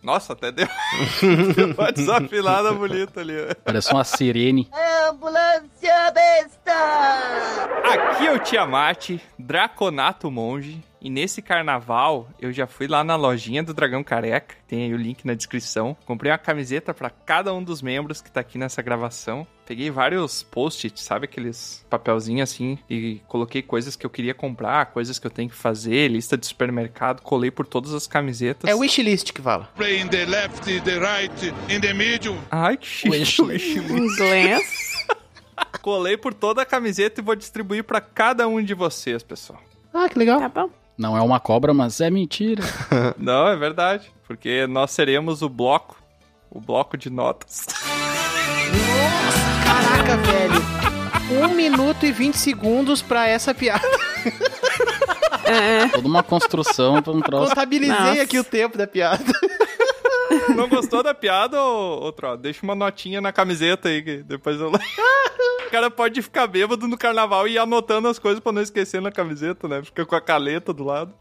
Nossa, até deu, deu uma desafinada bonita ali. né? Parece uma sirene. Ambulância besta! Aqui é o Tiamat, Draconato Monge. E nesse carnaval, eu já fui lá na lojinha do Dragão Careca, tem aí o link na descrição. Comprei uma camiseta pra cada um dos membros que tá aqui nessa gravação. Peguei vários post-its, sabe aqueles papelzinhos assim, e coloquei coisas que eu queria comprar, coisas que eu tenho que fazer, lista de supermercado, colei por todas as camisetas. É wishlist que fala. Play in the left, the right, in the middle. Ai, que chique. Inglês. colei por toda a camiseta e vou distribuir pra cada um de vocês, pessoal. Ah, que legal. Tá bom. Não é uma cobra, mas é mentira. Não, é verdade. Porque nós seremos o bloco. O bloco de notas. Caraca, velho. Um minuto e 20 segundos pra essa piada. Ah, Toda uma construção pra um troço. Contabilizei Nossa. aqui o tempo da piada. Não gostou da piada, ô, ô Tro? Deixa uma notinha na camiseta aí, que depois eu... o cara pode ficar bêbado no carnaval e ir anotando as coisas pra não esquecer na camiseta, né? Fica com a caleta do lado.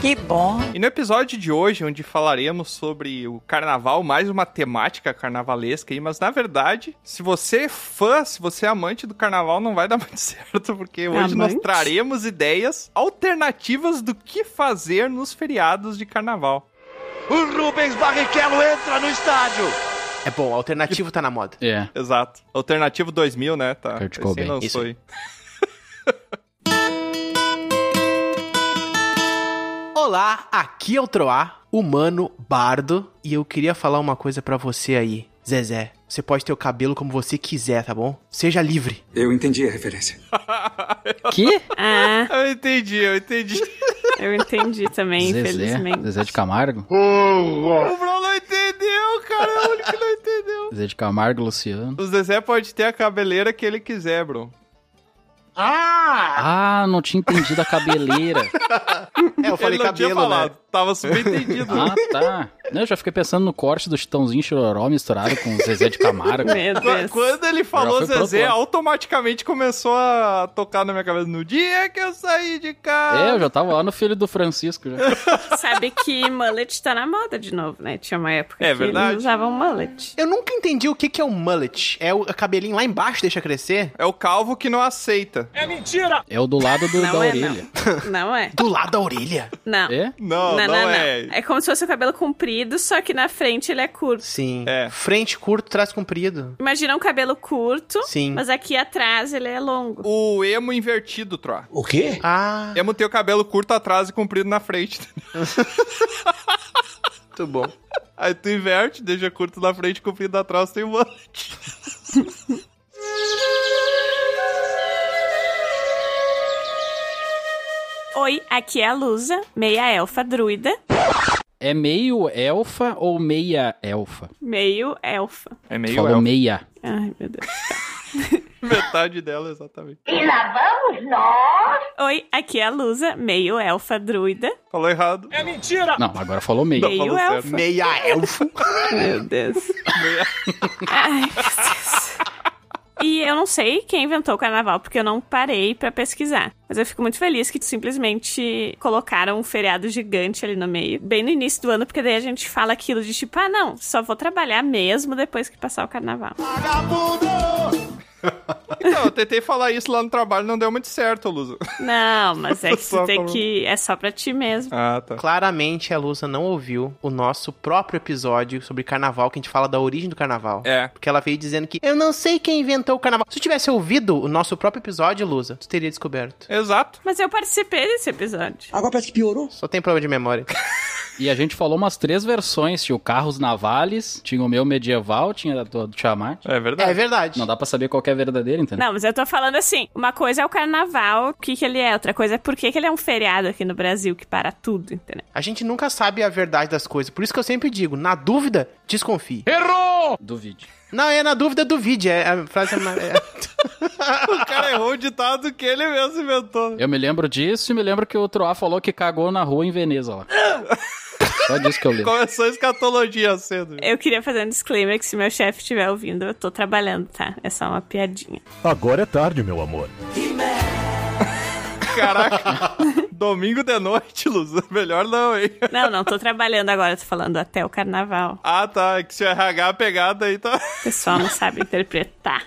Que bom. E no episódio de hoje, onde falaremos sobre o carnaval, mais uma temática carnavalesca aí, mas na verdade, se você é fã, se você é amante do carnaval, não vai dar muito certo, porque hoje nós É Amante? traremos ideias alternativas do que fazer nos feriados de carnaval. O Rubens Barrichello entra no estádio. É bom, alternativo tá na moda. É. Exato. Alternativo 2000, né? Tá. Kurt Esse Cobain. lançou Isso. aí. Olá, aqui é o Troá, humano bardo, e eu queria falar uma coisa pra você aí, Zezé. Você pode ter o cabelo como você quiser, tá bom? Seja livre. Eu entendi a referência. Que? Ah, Eu entendi, eu entendi. eu entendi também, Zezé. infelizmente. Zezé de Camargo? O Bruno não entendeu, cara. É o único que não entendeu. Zezé de Camargo, Luciano. O Zezé pode ter a cabeleira que ele quiser, Bruno. Ah, não tinha entendido a cabeleira. É, eu falei ele não tinha cabelo, falado. né? Tava subentendido. Ah, tá. Não, eu já fiquei pensando no corte do Chitãozinho Chororó misturado com Zezé de Camargo. Meu Qu- Deus. Quando ele falou foi pro outro Zezé, lado. automaticamente começou a tocar na minha cabeça. No dia que eu saí de casa. É, eu já tava lá no filho do Francisco. Já. Sabe que mullet tá na moda de novo, né? Tinha uma época É que verdade. eles usavam mullet. Eu nunca entendi o que que é um mullet. É o cabelinho lá embaixo deixa crescer? É o calvo que não aceita. É o do lado do- Não da é, orelha. não. Não é. Do lado da orelha? Não. É? Não, não, é. É como se fosse o cabelo comprido, só que na frente ele é curto. Sim. É. Frente curto, trás comprido. Imagina um cabelo curto, Sim. mas aqui atrás ele é longo. O emo invertido, Troa. O quê? Ah, Emo tem o cabelo curto atrás e comprido na frente. muito bom. Aí tu inverte, deixa curto na frente, comprido atrás, tem mullet. Oi, aqui é a Lusa, meia elfa druida, É meio elfa ou meia elfa? meio elfa. É Tu meio falou elfo. meia. Ai, meu Deus. Metade dela, exatamente. E lá vamos nós! Oi, aqui é a Lusa, meio elfa druida. Falou errado. Não, agora falou meia. Não, É meio falou elfo. certo. Meia elfo. Meu Deus. Ai, meu Deus. E eu não sei quem inventou o carnaval, porque eu não parei pra pesquisar. Mas eu fico muito feliz que simplesmente colocaram um feriado gigante ali no meio, bem no início do ano, porque daí a gente fala aquilo de tipo, ah, não, só vou trabalhar mesmo depois que passar o carnaval. Então, eu tentei falar isso lá no trabalho, não deu muito certo, Luso. Não, mas é que Só tu tem como- que. É só pra ti mesmo. Ah, tá. Claramente a Lusa não ouviu o nosso próprio episódio sobre carnaval, que a gente fala da origem do carnaval. É. Porque ela veio dizendo que eu não sei quem inventou o carnaval. Se tu tivesse ouvido o nosso próprio episódio, Lusa, tu teria descoberto. Exato. Mas eu participei desse episódio. Agora parece que piorou. Só tem problema de memória. E a gente falou umas três versões. Tinha o Carros Navales, tinha o meu medieval, tinha a do do Tiamat. É É verdade. verdade. Não dá pra saber qual que é a verdadeira, entendeu? Não, mas eu tô falando assim: uma coisa é o carnaval, o que, que ele é, outra coisa é por que, que ele é um feriado aqui no Brasil que para tudo, entendeu? A gente nunca sabe a verdade das coisas. Por isso que eu sempre digo, na dúvida, desconfie. Duvide. Não, é na dúvida, duvide. É a frase é uma- é... O cara errou o ditado que ele mesmo inventou. Eu me lembro disso e me lembro que o Troá falou que cagou na rua em Veneza lá. Só disso que eu lembro. Começou a escatologia cedo. Eu queria fazer um disclaimer que se meu chefe estiver ouvindo, eu tô trabalhando, tá? É só uma piadinha. Agora é tarde, meu amor. Caraca. Domingo de noite, Luz. Melhor não, hein? Não, não, tô trabalhando agora, tô falando até o carnaval. Ah, tá. É que se o RH a pegada aí tá. O pessoal não sabe interpretar.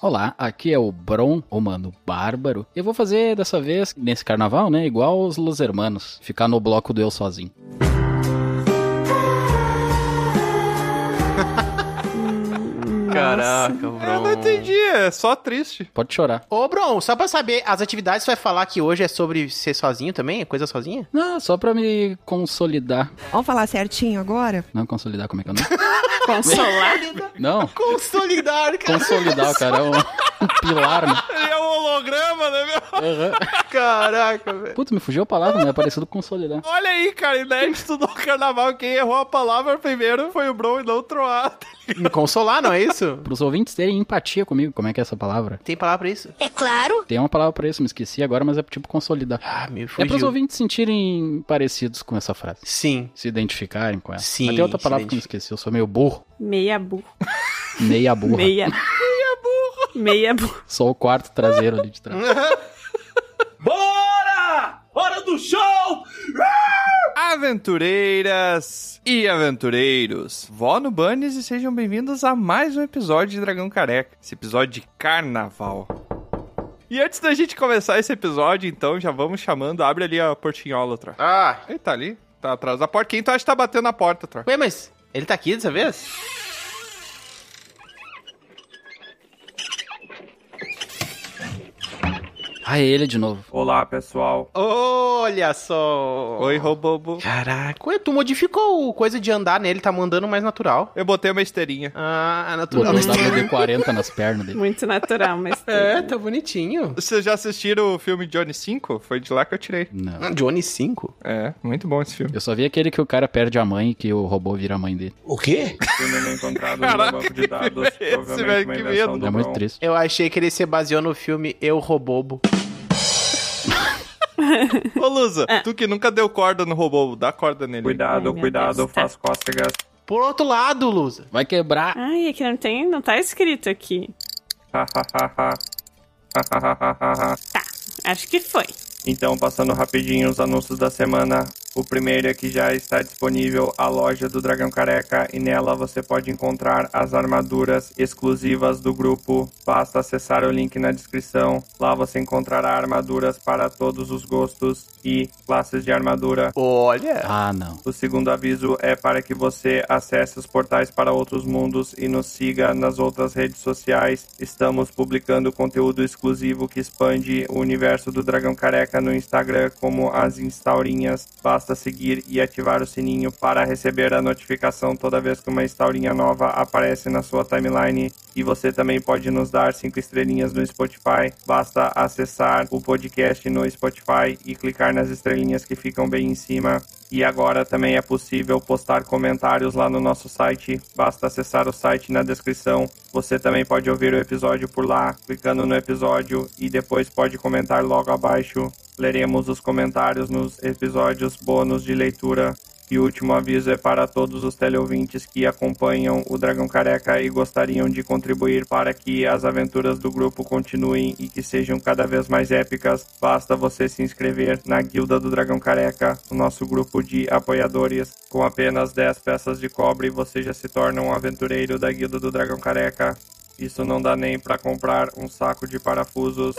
Olá, aqui é o Bron, o mano bárbaro. Eu vou fazer dessa vez, nesse carnaval, né? Igual os Los Hermanos. Ficar no bloco do eu sozinho. Caraca, bro. Eu não entendi. É só triste. Pode chorar. Ô, Bron, só pra saber, as atividades tu vai falar que hoje é sobre ser sozinho também? É coisa sozinha? Não, só pra me consolidar. Vamos falar certinho agora? Não consolidar, como é que eu não? Consolar? Não, Consolidar, cara. consolidar, cara. É um, um pilar, né? Ele é um holograma, né, meu? Caraca, velho. Putz, me fugiu a palavra, né? É parecido com consolidar. Olha aí, cara. né? Inédito do carnaval. Quem errou a palavra primeiro foi o Bro e não o Troá. Me consolar, não é isso? Para os ouvintes terem empatia comigo, como é que é essa palavra? Tem palavra pra isso? É claro. Tem uma palavra pra isso, me esqueci agora, mas é tipo consolidar. Ah, me É para os fugiu. ouvintes sentirem parecidos com essa frase. Sim. Se identificarem com ela. Sim, Mas tem outra se palavra que eu me esqueci, eu sou meio burro. Meia burro. Meia burra. Meia. Meia burro. Meia burro. Sou o quarto traseiro ali de trás. Aventureiras e aventureiros, vó no Bunnies e sejam bem-vindos a mais um episódio de Dragão Careca, esse episódio de carnaval. E antes da gente começar esse episódio, então, já vamos chamando, abre ali a portinhola, Tro. Ah. Ele tá ali, tá atrás da porta, quem tu acha que tá batendo na porta, Tro? Ué, mas ele tá aqui dessa vez? Ah, é ele de novo. Olá, pessoal. Olha só. Oi, Robobo. Caraca, ué, tu modificou o coisa de andar nele, tá mandando mais natural. Eu botei uma esteirinha. Ah, natural. Botou um WD-40 nas pernas dele. Muito natural, mas. É, tá bonitinho. Vocês já assistiram o filme Johnny 5? Foi de lá que eu tirei. Não. Ah, Johnny 5? É, muito bom esse filme. Eu só vi aquele que o cara perde a mãe e que o robô vira a mãe dele. O quê? Caraca, que filme é esse, velho? Que medo. É muito triste. Eu achei que ele se baseou no filme Eu Robobo. Ô, Lusa, tu que nunca deu corda no Robobo, dá corda nele. Ai, meu cuidado, Deus, eu faço cócegas. Por outro lado, Lusa. Vai quebrar. Ai, é que não tem. Não tá escrito aqui. Tá, acho que foi. Então, passando rapidinho os anúncios da semana. O primeiro é que já está disponível a loja do Dragão Careca e nela você pode encontrar as armaduras exclusivas do grupo. Basta acessar o link na descrição. Lá você encontrará armaduras para todos os gostos e classes de armadura. Olha. Ah, não. O segundo aviso é para que você acesse os portais para outros mundos e nos siga nas outras redes sociais. Estamos publicando conteúdo exclusivo que expande o universo do Dragão Careca no Instagram, como as instaurinhas. Basta seguir e ativar o sininho para receber a notificação toda vez que uma instaurinha nova aparece na sua timeline. E você também pode nos dar cinco estrelinhas no Spotify. Basta acessar o podcast no Spotify e clicar nas estrelinhas que ficam bem em cima. E agora também é possível postar comentários lá no nosso site. Basta acessar o site na descrição. Você também pode ouvir o episódio por lá, clicando no episódio e depois pode comentar logo abaixo. Leremos os comentários nos episódios bônus de leitura. E o último aviso é para todos os teleouvintes que acompanham o Dragão Careca e gostariam de contribuir para que as aventuras do grupo continuem e que sejam cada vez mais épicas. Basta você se inscrever na Guilda do Dragão Careca, o nosso grupo de apoiadores. Com apenas 10 peças de cobre, você já se torna um aventureiro da Guilda do Dragão Careca. Isso não dá nem para comprar um saco de parafusos.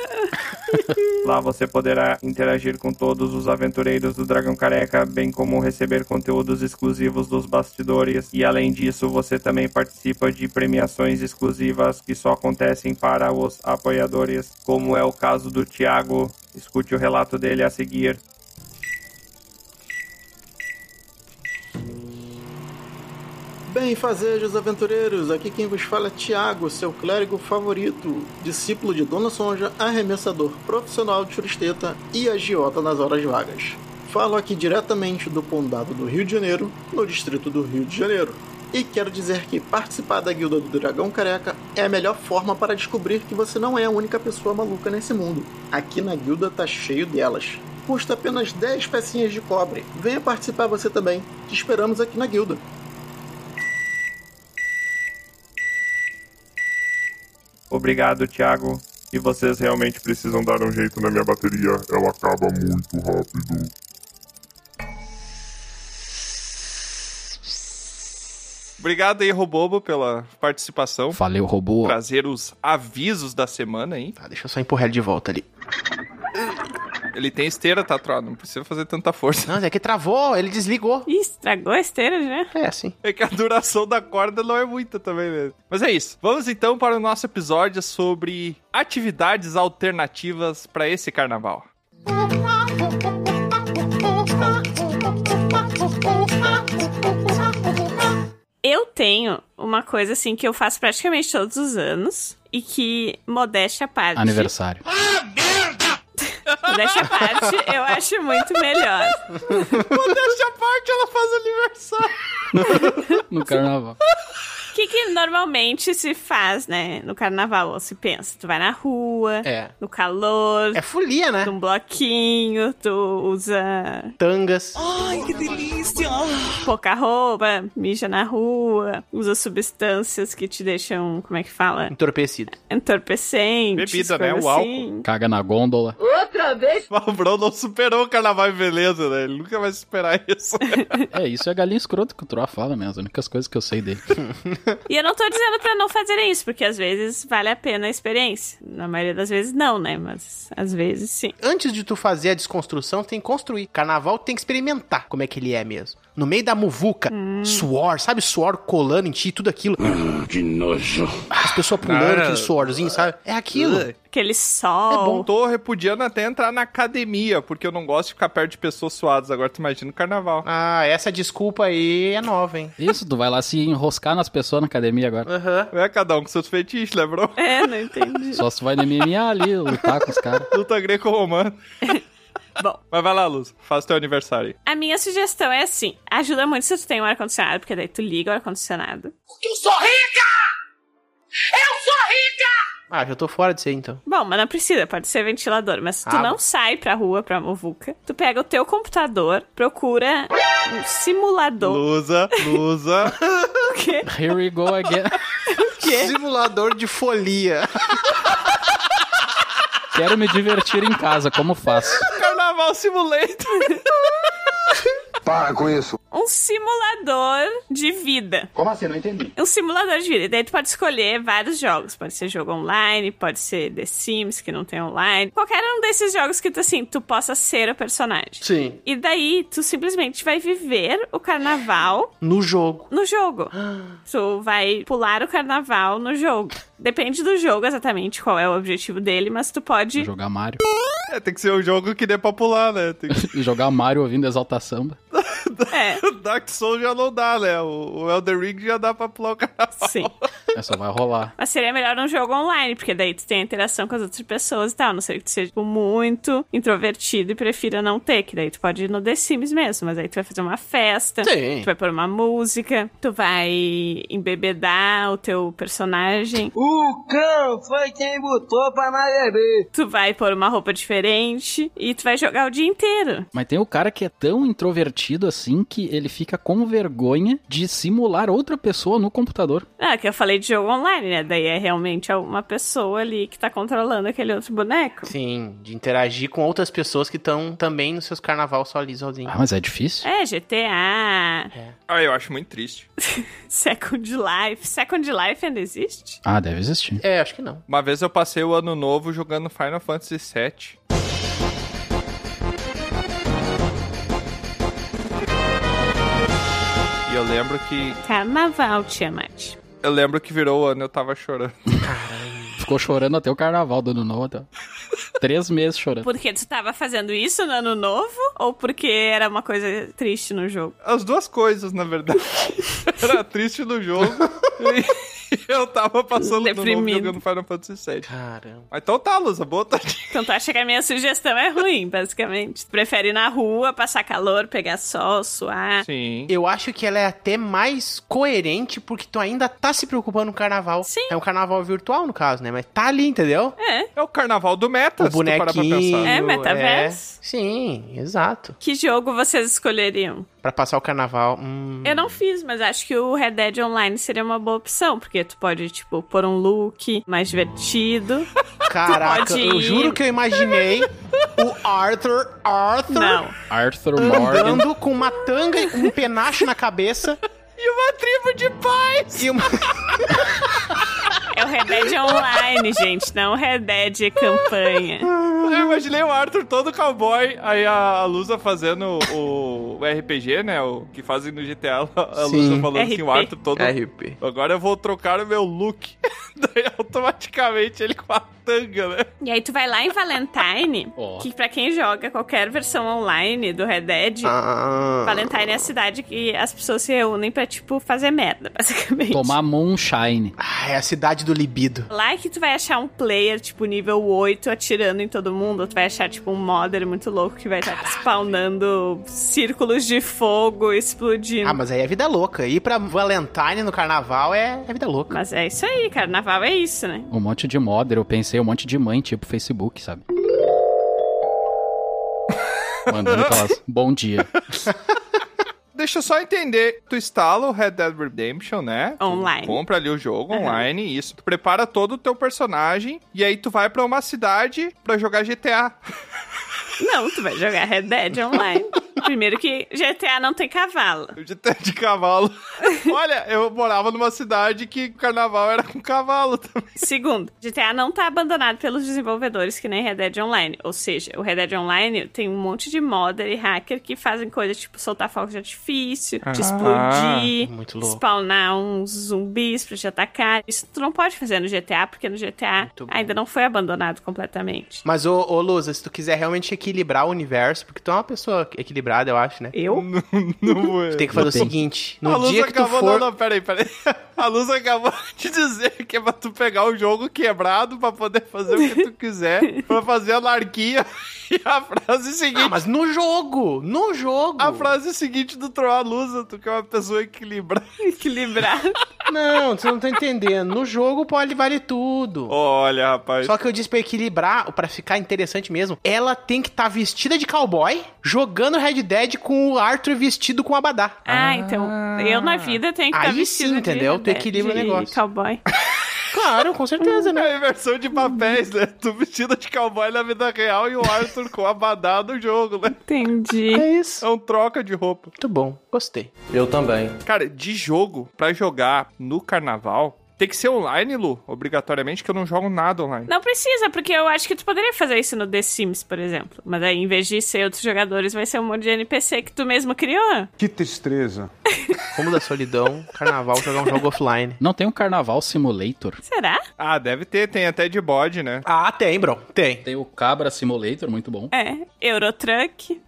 Lá você poderá interagir com todos os aventureiros do Dragão Careca, bem como receber conteúdos exclusivos dos bastidores. E além disso, você também participa de premiações exclusivas que só acontecem para os apoiadores, como é o caso do Thiago. Escute o relato dele a seguir. Bem-fazejos aventureiros, aqui quem vos fala é Tiago, seu clérigo favorito, discípulo de Dona Sonja, arremessador profissional de churisteta e agiota nas horas vagas. Falo aqui diretamente do Condado do Rio de Janeiro, no distrito do Rio de Janeiro. E quero dizer que participar da Guilda do Dragão Careca é a melhor forma para descobrir que você não é a única pessoa maluca nesse mundo. Aqui na guilda tá cheio delas. Custa apenas 10 pecinhas de cobre. Venha participar você também. Te esperamos aqui na guilda. Obrigado, Thiago. E vocês realmente precisam dar um jeito na minha bateria, ela acaba muito rápido. Obrigado aí, Robobo, pela participação. Valeu, robô. Trazer os avisos da semana, hein? Tá, deixa eu só empurrar ele de volta ali. Ele tem esteira, Tatuado, não precisa fazer tanta força. Não, é que travou, ele desligou. Ih, estragou a esteira já. É, sim. É que a duração da corda não é muita também, né? Mas é isso. Vamos então para o nosso episódio sobre atividades alternativas para esse carnaval. Eu tenho uma coisa assim que eu faço praticamente todos os anos e que, modéstia à parte. Aniversário. Modéstia à parte, eu acho muito melhor. Modéstia à parte, ela faz aniversário. No carnaval. O que, que normalmente se faz, né? No carnaval, ou se pensa? Tu vai na rua, É. no calor, É folia, né? tu um bloquinho, tu usa Tangas. pouca roupa, mija na rua, usa substâncias que te deixam, como é que fala? Entorpecido. Entorpecentes. Bebida, né? coisa O assim. Caga na gôndola. Outra vez? O Brão não superou o carnaval em beleza, né? Ele nunca vai superar isso. É, isso é galinha escrota que o Troá fala mesmo. As únicas coisas que eu sei dele. E eu não tô dizendo pra não fazerem isso, porque às vezes vale a pena a experiência. Na maioria das vezes não, né? Mas às vezes sim. Antes de tu fazer a desconstrução, tem que construir. Carnaval tem que experimentar como é que ele é mesmo. No meio da muvuca, suor, sabe suor colando em ti, tudo aquilo. Ah, Que nojo. As pessoas pulando, Ah. aquele suorzinho, sabe? É aquilo. Aquele sol. É bom. Tô repudiando até entrar na academia, porque eu não gosto de ficar perto de pessoas suadas. Agora tu imagina o carnaval. Ah, essa desculpa aí é nova, hein? Isso, tu vai lá se enroscar nas pessoas na academia agora. Aham. É cada um com seus fetiches, né, Brão? É, não entendi. Só se tu vai na MMA ali, lutar com os caras. Luta greco-romana. Bom. Mas vai lá, Luz. Faz teu aniversário aí. A minha sugestão é assim: ajuda muito se tu tem um ar-condicionado, porque daí tu liga o ar-condicionado. Ah, já tô fora disso aí então. Bom, mas não precisa, pode ser ventilador. Mas se tu Ah, não bom. sai pra rua, pra movuca, tu pega o teu computador, procura um simulador. Lusa, Lusa. O quê? Here we go again. Simulador de folia. Quero me divertir em casa, como faço? Carnaval Simulator. Para com isso. Um simulador de vida. Como assim? Não entendi. um simulador de vida. E daí tu pode escolher vários jogos. Pode ser jogo online, pode ser The Sims, que não tem online. Qualquer um desses jogos que tu, assim, tu possa ser o personagem. Sim. E daí tu simplesmente vai viver o carnaval No jogo. no jogo. tu vai pular o carnaval no jogo. Depende do jogo exatamente qual é o objetivo dele, mas tu pode. Jogar Mario. É, tem que ser um jogo que dê pra pular, né? Tem que... Jogar Mario ouvindo Exalta Samba. É, Dark Souls já não dá, né? O o Elden Ring já dá pra pular o carnaval. sim. É, só vai rolar. Mas seria melhor um jogo online, porque daí tu tem a interação com as outras pessoas e tal. a Não sei que tu seja tipo, muito introvertido e prefira não ter, que daí tu pode ir no The Sims mesmo, mas aí tu vai fazer uma festa. Sim. Tu vai pôr uma música, tu vai embebedar o teu personagem, O cão foi quem botou pra nós beber. tu vai pôr uma roupa diferente e tu vai jogar o dia inteiro. Mas tem o cara que é tão introvertido assim que ele fica com vergonha de simular outra pessoa no computador. Ah, que eu falei de jogo online, né? Daí é realmente uma pessoa ali que tá controlando aquele outro boneco. Sim, de interagir com outras pessoas que estão também nos seus carnaval só ali sozinho. Ah, mas é difícil. É, GTA, Ah, eu acho muito triste. Second Life. Second Life ainda existe? Ah, deve existir. É, acho que não. Uma vez eu passei o ano novo jogando Final Fantasy VII. E eu lembro que. Carnaval, Tiamat. Eu lembro que virou o ano, eu tava chorando. Ficou chorando até o carnaval do ano novo. Até... Três meses chorando. Porque tu tava fazendo isso no ano novo? Ou porque era uma coisa triste no jogo? As duas coisas, na verdade. Era triste no jogo. e eu tava passando no novo Deprimido. jogando Final Fantasy VII. Caramba. Mas então tá, Lusa, boa tarde. Então tu acha que a minha sugestão é ruim, basicamente. Tu prefere ir na rua, passar calor, pegar sol, suar. Sim. Eu acho que ela é até mais coerente porque tu ainda tá se preocupando com o carnaval. Sim. É um carnaval virtual, no caso, né? Mas tá ali, entendeu? É, É o carnaval do meta, se O tu parar pra pensar. bonequinho. É, metaverso. é. Sim, exato. que jogo vocês escolheriam? Pra passar o carnaval. Hum, Eu não fiz, mas acho que o Red Dead Online seria uma boa opção, porque escolher. Tu pode, tipo, pôr um look mais divertido. Caraca, pode eu ir. juro que eu imaginei o Arthur, Arthur, Não. Arthur Morgan. andando com uma tanga e um penacho na cabeça E uma tribo de paz! e uma... É o Red Dead Online, gente. Não Red Dead campanha. Eu imaginei o Arthur todo cowboy, aí a Lusa fazendo o, o RPG, né? O que fazem no GTA. A Lusa Sim. falando assim, o RP. Arthur todo. RP. Agora eu vou trocar o meu look. Daí automaticamente ele com a tanga, né? E aí tu vai lá em Valentine, Ó. que pra quem joga qualquer versão online do Red Dead, Ah, Valentine é a cidade que as pessoas se reúnem pra, tipo, fazer merda, basicamente. Tomar Moonshine. Ah, é a cidade do libido. Lá é que tu vai achar um player, tipo, nível 8 atirando em todo mundo. Tu vai achar, tipo, um modder muito louco que vai estar spawnando círculos de fogo explodindo. Ah, mas aí é vida louca. Ir pra Valentine no carnaval é, é vida louca. Mas é isso aí, carnaval é isso, né? Um monte de modder, eu pensei, um monte de mãe, tipo Facebook, sabe? Mandando aquelas, bom dia. Deixa eu só entender. Tu instala o Red Dead Redemption, né? Tu Online. compra ali o jogo Aham. online, isso. Tu prepara todo o teu personagem e aí tu vai pra uma cidade pra jogar GTA. Não, tu vai jogar Red Dead online. Primeiro que GTA não tem cavalo. GTA de cavalo. Olha, eu morava numa cidade que o carnaval era com cavalo também. Segundo, GTA não tá abandonado pelos desenvolvedores que nem Red Dead Online. Ou seja, o Red Dead Online tem um monte de modder e hacker que fazem coisas tipo soltar fogo de artifício, te explodir, É Muito louco. spawnar uns zumbis pra te atacar. Isso tu não pode fazer no GTA, porque no GTA Muito bom. ainda não foi abandonado completamente. Mas, ô, ô Lusa, se tu quiser realmente equilibrar o universo, porque tu é uma pessoa equilibrada, eu acho, né? Eu? Não Tu tem que fazer Depende. o seguinte: a no Luz dia que tu acabou. for. Não, não, peraí, peraí. A Luz acabou de dizer que é pra tu pegar o jogo quebrado pra poder fazer o que tu quiser, pra fazer anarquia. E a frase seguinte. Ah, mas no jogo! No jogo! A frase seguinte do Troar Lusa, tu que é uma pessoa equilibrada. Equilibrado. Não, tu não tá entendendo. No jogo pode vale tudo. Olha, rapaz. Só que eu disse pra equilibrar, pra ficar interessante mesmo, ela tem que estar vestida de cowboy, jogando Red Dead com o Arthur vestido com abadá. Ah, então eu na vida tenho que Aí estar sim, vestido de entendeu? Tu Red Dead, equilibra o de negócio. Cowboy. Claro, com certeza, né? É a inversão de papéis, né? Tu vestido de cowboy na vida real e o Arthur com abadá no jogo, né? Entendi. É isso. É um troca de roupa. Muito bom, gostei. Eu também. Cara, de jogo, pra jogar no carnaval, tem que ser online, Lu, obrigatoriamente, que eu não jogo nada online. Não precisa, porque eu acho que tu poderia fazer isso no The Sims, por exemplo. Mas aí, em vez de ser outros jogadores, vai ser um monte de NPC que tu mesmo criou. Que tristeza. Como da solidão, carnaval, jogar um jogo offline. Não tem um Carnaval Simulator? Será? Ah, deve ter, tem até de bode, né? Ah, tem, bro. Tem. Tem o Cabra Simulator, muito bom. É. Eurotruck.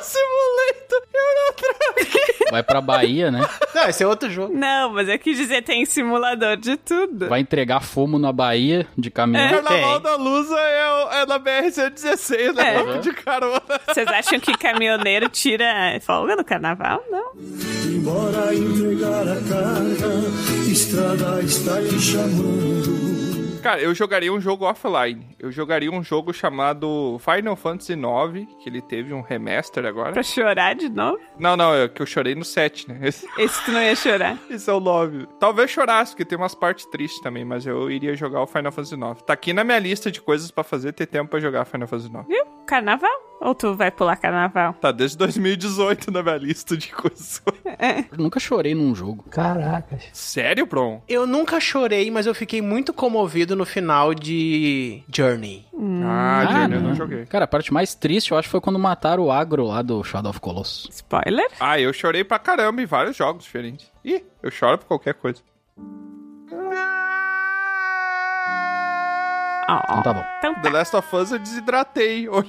Simulator, Vai pra Bahia, né? Não, esse é outro jogo. Não, mas eu quis dizer, tem simulador de tudo. Vai entregar fumo na Bahia de caminhão. Carnaval Tem. da Lusa é, o- é na BR-116, né? É. Vamos De carona. Vocês acham que caminhoneiro tira folga no carnaval? Não. Bora entregar a carga, estrada está te chamando. Cara, eu jogaria um jogo offline. Eu jogaria um jogo chamado Final Fantasy IX, que ele teve um remaster agora. Pra chorar de novo? Não, não, é que eu chorei no 7, né? Esse, Esse tu não ia chorar. esse é o 9. Talvez chorasse, porque tem umas partes tristes também, mas eu iria jogar o Final Fantasy IX. Tá aqui na minha lista de coisas pra fazer, ter tempo pra jogar Final Fantasy IX. Viu? Carnaval? Ou tu vai pular carnaval? Tá desde 2018 na minha lista de coisas. Eu nunca chorei num jogo. né? Sério, Bron? Eu nunca chorei, mas eu fiquei muito comovido no final de Journey. Ah, Journey, eu não não. joguei. Cara, a parte mais triste, eu acho, foi quando mataram o agro lá do Shadow of Colossus. Spoiler? Ah, eu chorei pra caramba em vários jogos diferentes. Ih, eu choro por qualquer coisa. Ó. Então tá bom. Então The tá. Last of Us eu desidratei olha,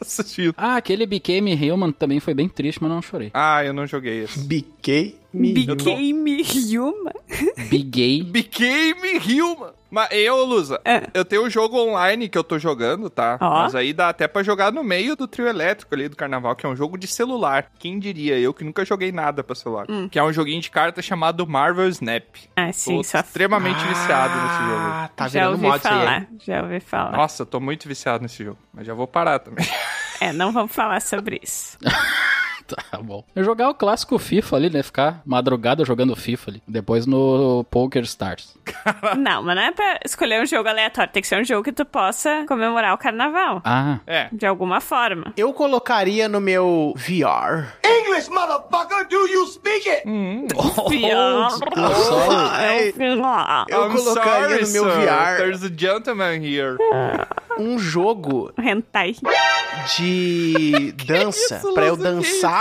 assistindo. Ah, aquele Became Human também foi bem triste, mas não chorei. Ah, eu não joguei esse. Biquei. Became Human? Big Became Human. Mas eu, Lusa, É. eu tenho um jogo online que eu tô jogando, tá? Ó. Mas aí dá até pra jogar no meio do trio elétrico ali do carnaval, que é um jogo de celular. Quem diria? Eu que nunca joguei nada pra celular. Que é um joguinho de carta chamado Marvel Snap. Ah, Hum. sim, tô só extremamente viciado nesse jogo. Ah, tá já virando ouvi mod isso aí. falar. Já ouvi falar. Nossa, eu tô muito viciado nesse jogo. Mas já vou parar também. É, não vamos falar sobre isso. tá bom. Eu jogar o clássico FIFA ali, né? Ficar madrugada jogando FIFA ali. Depois no Poker Stars. Não, mas não é pra escolher um jogo aleatório. Tem que ser um jogo que tu possa comemorar o carnaval. Ah. É. De alguma forma. Eu colocaria no meu VR. English, motherfucker, do you speak it? É um Ai, eu I'm colocaria sorry, no meu sir. VR There's a gentleman here. um jogo Hentai. de dança pra eu Lázaro, que dançar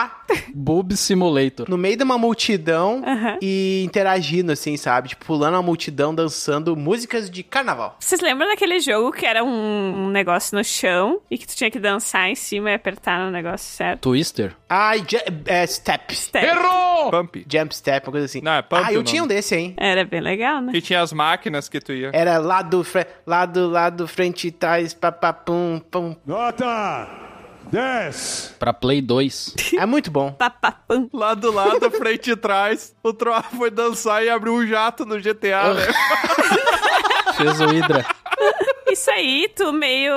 Boob Simulator. no meio de uma multidão e interagindo assim, sabe? Tipo, pulando a multidão dançando músicas de carnaval. Vocês lembram daquele jogo que era um, um negócio no chão e que tu tinha que dançar em cima e apertar no negócio certo? Twister. Ai, ja- é, steps. Step. Pump. Jump step, uma coisa assim. Não, é pump ah, eu o tinha um nome. desse, hein? Era bem legal, né? Que tinha as máquinas que tu ia. Era lá do, fre- lá do, lá do frente e trás, papapum, pum. Nota 10. Pra Play 2. É muito bom. Papapam. Lá do lado, frente e trás, o Troá foi dançar e abriu um jato no GTA, né? Fez o Hydra. Isso aí, tu meio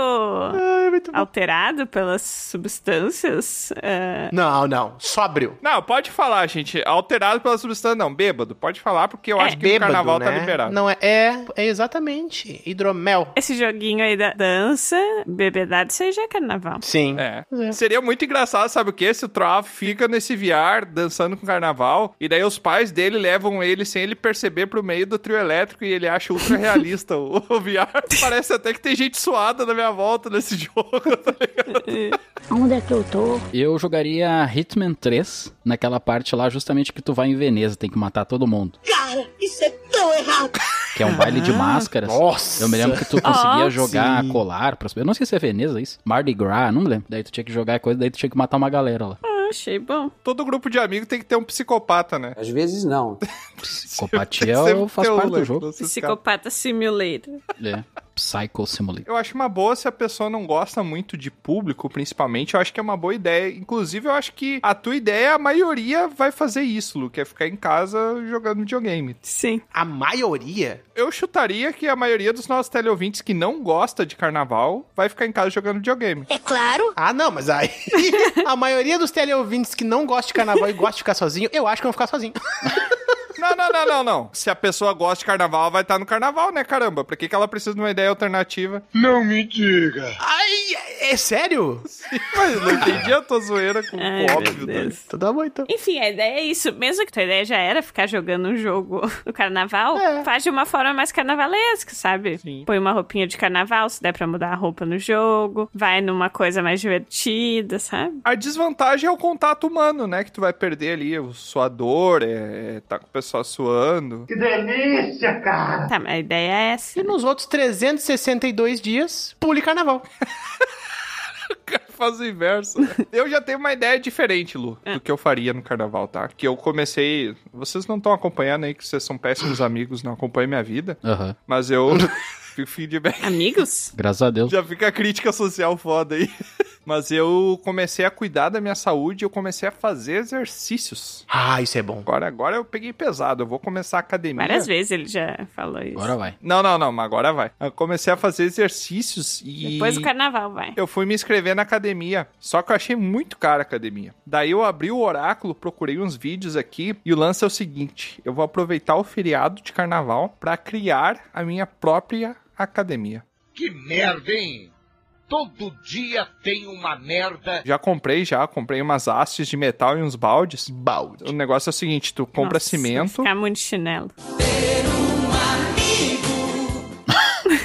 alterado pelas substâncias. é, Não, não. Sóbrio. Não, pode falar, gente. Alterado pela substância, não. Bêbado, pode falar, porque eu acho que Bêbado, o carnaval né? tá liberado. Não, é, é, é exatamente. Hidromel. Esse joguinho aí da dança, bebedade, isso aí já é carnaval. Sim. É. Seria muito engraçado, sabe o que? Se o Troá fica nesse VR dançando com carnaval, e daí os pais dele levam ele sem ele perceber pro meio do trio elétrico e ele acha ultra realista o, o VR. Parece até que tem gente suada na minha volta nesse jogo, tá ligado? Onde é que eu tô? Eu jogaria Hitman 3 naquela parte lá, justamente que tu vai em Veneza, tem que matar todo mundo. Cara, isso é tão errado. Que é um baile de máscaras. Nossa. Eu me lembro que tu conseguia Ah, jogar sim. colar, pros- eu não sei se é Veneza isso, Mardi Gras, não me lembro. Daí tu tinha que jogar coisa, daí tu tinha que matar uma galera lá. Ah, achei bom. Todo grupo de amigos tem que ter um psicopata, né? Às vezes não. Psicopatia Tem sempre é faz ter um, parte do né, jogo. desses caras. Psicopata Simulator. É. Psycho Simulator. Eu acho uma boa se a pessoa não gosta muito de público, principalmente. Eu acho que é uma boa ideia. Inclusive, eu acho que a tua ideia, a maioria vai fazer isso, Lu, que é ficar em casa jogando videogame. Sim. A maioria? Eu chutaria que a maioria dos nossos teleouvintes que não gosta de carnaval vai ficar em casa jogando videogame. É claro. Ah, não, mas aí. a maioria dos teleouvintes que não gosta de carnaval e gosta de ficar sozinho, eu acho que vão ficar sozinho. Não, não, não, não, não. Se a pessoa gosta de carnaval, vai estar no carnaval, né, caramba? Pra que, que ela precisa de uma ideia alternativa? Não me diga. Ai, é, é sério? Mas não entendi a tua zoeira com Ai, o meu óbvio. né? Deus. Então tá bom, então. Enfim, a ideia é isso. Mesmo que tua ideia já era ficar jogando um jogo no carnaval, faz de uma forma mais carnavalesca, sabe? Sim. Põe uma roupinha de carnaval, se der pra mudar a roupa no jogo. Vai numa coisa mais divertida, sabe? A desvantagem é o contato humano, né? Que tu vai perder ali o suador, é, é, tá com o pessoal suando. Tá, mas a ideia é essa. E nos outros 362 dias, pule carnaval. Faz o inverso. eu já tenho uma ideia diferente, Lu, do que eu faria no carnaval, tá? Que eu comecei. Vocês não estão acompanhando aí, que vocês são péssimos amigos, não acompanham minha vida. Aham. Mas eu. o feedback. Amigos? Graças a Deus. Já fica a crítica social foda aí. Mas eu comecei a cuidar da minha saúde, eu comecei a fazer exercícios. Ah, isso é bom. Agora, agora eu peguei pesado, eu vou começar a academia. Várias vezes ele já falou isso. Agora vai. Não, não, não, mas agora vai. Eu comecei a fazer exercícios e. Depois do carnaval, vai. Eu fui me inscrever na academia, só que eu achei muito cara a academia. Daí eu abri o oráculo, procurei uns vídeos aqui e o lance é o seguinte: eu vou aproveitar o feriado de carnaval pra criar a minha própria academia. Que merda, hein? Todo dia tem uma merda. Já comprei, já comprei umas hastes de metal e uns baldes. Balde. O negócio é o seguinte: tu compra Nossa, cimento. Ficar muito chinelo.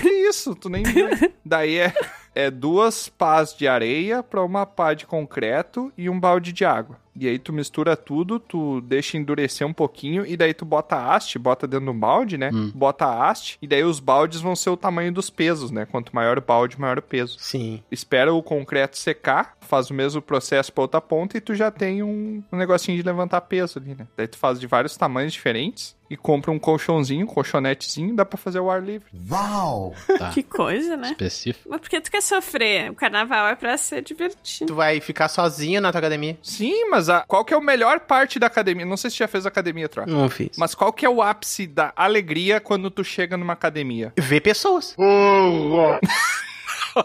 Que isso? Tu nem viu. Daí é, é duas pás de areia pra uma pá de concreto e um balde de água. E aí tu mistura tudo, tu deixa endurecer um pouquinho e daí tu bota a haste, bota dentro do balde, né? Bota a haste e daí os baldes vão ser o tamanho dos pesos, né? Quanto maior o balde, maior o peso. Sim. Espera o concreto secar, faz o mesmo processo pra outra ponta e tu já tem um, um negocinho de levantar peso ali, né? Daí tu faz de vários tamanhos diferentes e compra um colchãozinho, um colchonetezinho, dá pra fazer o ar livre. Ah. Tá. Que coisa, né? Específico. Mas por que tu quer sofrer? O carnaval é pra ser divertido. Tu vai ficar sozinho na tua academia? Sim, mas a- qual que é a melhor parte da academia? Não sei se já fez academia, Troca. Não fiz. Mas qual que é o ápice da alegria quando tu chega numa academia? Ver pessoas.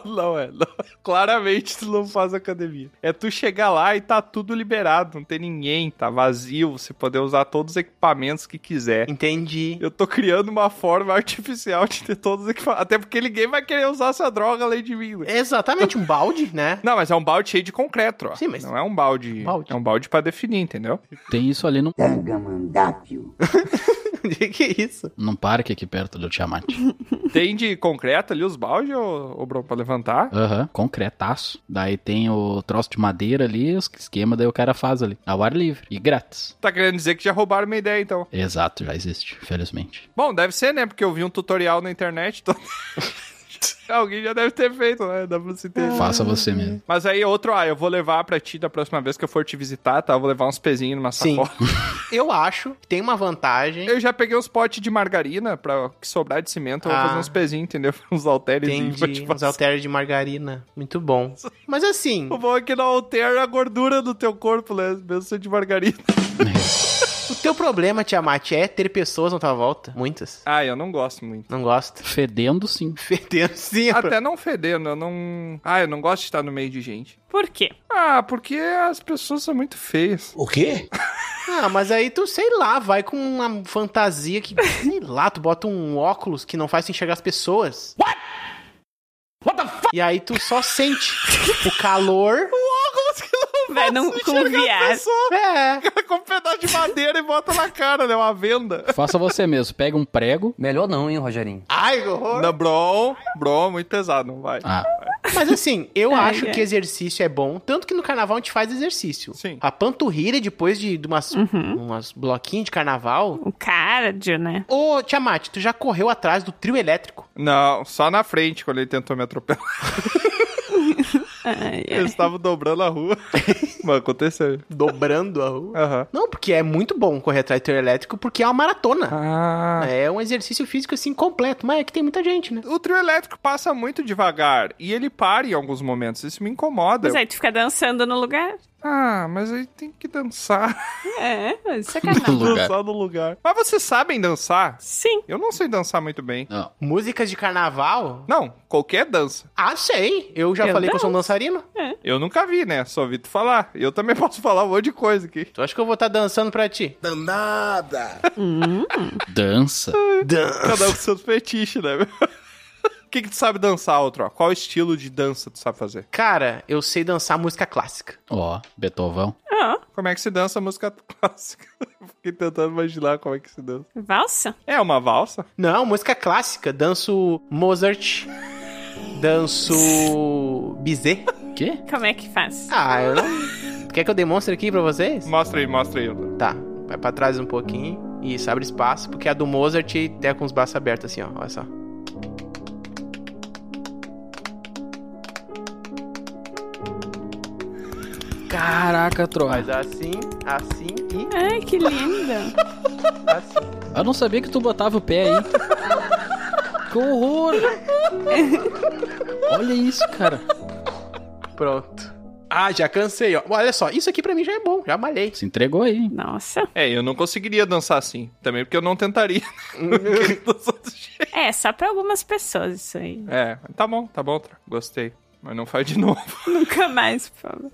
Não é. não. Claramente tu não faz academia. É tu chegar lá e tá tudo liberado, não tem ninguém, tá vazio, você poder usar todos os equipamentos que quiser. Entendi. Eu tô criando uma forma artificial de ter todos os equipamentos. Até porque ninguém vai querer usar essa droga além de mim. né? É exatamente um balde, né? Não, mas é um balde cheio de concreto, ó. Sim, mas- Não é um balde. Balde. É um balde pra definir, entendeu? Tem isso ali num, Gargamandápio. que que é isso? num parque aqui perto do Tiamat. Tem de concreto ali os baldes, ô, ô Bron, pra levantar? Aham, concretaço. Daí tem o troço de madeira ali, os esquema daí o cara faz ali. Ao ar livre e grátis. Tá querendo dizer que já roubaram minha ideia, então. Exato, já existe, felizmente. Bom, deve ser, né? Porque eu vi um tutorial na internet. então- Alguém já deve ter feito, né? Dá pra se ter. É. Faça você mesmo. Mas aí, outro, ah, eu vou levar pra ti da próxima vez que eu for te visitar, tá? Eu vou levar uns pezinhos numa Sim. sacola. Eu acho que tem uma vantagem. Eu já peguei uns potes de margarina pra o que sobrar de cimento, eu Ah. vou fazer uns pezinhos, entendeu? Uns halteres e vou te Entendi. Os passar. halteres de margarina. Muito bom. Mas assim, O bom é que não altera a gordura do teu corpo, né? Mesmo sendo de margarina. o teu problema, Tiamat, é ter pessoas na tua volta. Muitas. Ah, eu não gosto muito. Não gosto. Fedendo sim. Fedendo assim, sim. Até não fedendo, eu não. Ah, eu não gosto de estar no meio de gente. Por quê? Ah, porque as pessoas são muito feias. O quê? Ah, mas aí tu, sei lá, vai com uma fantasia que, sei lá, tu bota um óculos que não faz tu enxergar as pessoas. What? What the fuck? E aí tu só sente o calor. assim, Vai num com VR. É. Com um pedaço de madeira e bota na cara, né? Uma venda. Faça você mesmo. Pega um prego. Melhor não, hein, Rogerinho? Ai, que horror. Na Bron, Bron, muito pesado, não vai. Ah, Mas assim, eu Ai, acho ai. que exercício é bom. Tanto que no carnaval a gente faz exercício. Sim. A panturrilha, depois de, de umas, umas bloquinhos de carnaval. Uhum. O cardio, Um né? Ô, Tiamat, tu já correu atrás do trio elétrico? Não, só na frente quando ele tentou me atropelar. Ai, Eu ai. estava dobrando a rua. Mas aconteceu. Dobrando a rua. Aham. Não, porque é muito bom correr atrás do trio elétrico, porque é uma maratona. Ah. É um exercício físico assim completo, mas é que tem muita gente, né? O trio elétrico passa muito devagar e ele para em alguns momentos. Isso me incomoda. é- Mas aí é, tu fica dançando no lugar? Ah, mas aí tem que dançar. É, mas no sacanagem. lugar. Dançar no lugar. Mas vocês sabem dançar? Sim. Eu não sei dançar muito bem. Não. Músicas de carnaval? Não, qualquer dança. Ah, sei. Eu já Eu falei que eu sou um dançarino. Eu nunca vi, né? Só ouvi tu falar. Eu também posso falar um monte de coisa aqui. Tu acha que eu vou estar dançando pra ti? Danada! Hum. Dança. Cada um com seus fetiches, né? O que, que tu sabe dançar, outro? ó? Qual estilo de dança tu sabe fazer? Cara, eu sei dançar música clássica. Ó, Beethovão. Ah, Como é que se dança música clássica? Eu Fiquei tentando imaginar como é que se dança. valsa? É uma valsa? Não, música clássica. Danço Mozart. Danço Bizet. Quê? Como é que faz? Ah, eu não... Quer que eu demonstre aqui pra vocês? Mostra aí, mostra aí. Eldor. Tá, vai pra trás um pouquinho. Isso, abre espaço, porque a do Mozart é com os braços abertos assim, ó. Olha só. Caraca, Troa. Faz assim, assim e Ai, que linda. assim. Eu não sabia que tu botava o pé aí. Que horror! Olha isso, cara. Pronto. Ah, já cansei, ó. Olha só, isso aqui pra mim já é bom, já malhei. Se entregou aí, hein? Nossa. É, eu não conseguiria dançar assim. Também porque eu não tentaria. né? Porque eu danço desse jeito. É, só pra algumas pessoas isso aí. é, tá bom, tá bom, Tro. Gostei. Mas não faz de novo. Nunca mais, por favor.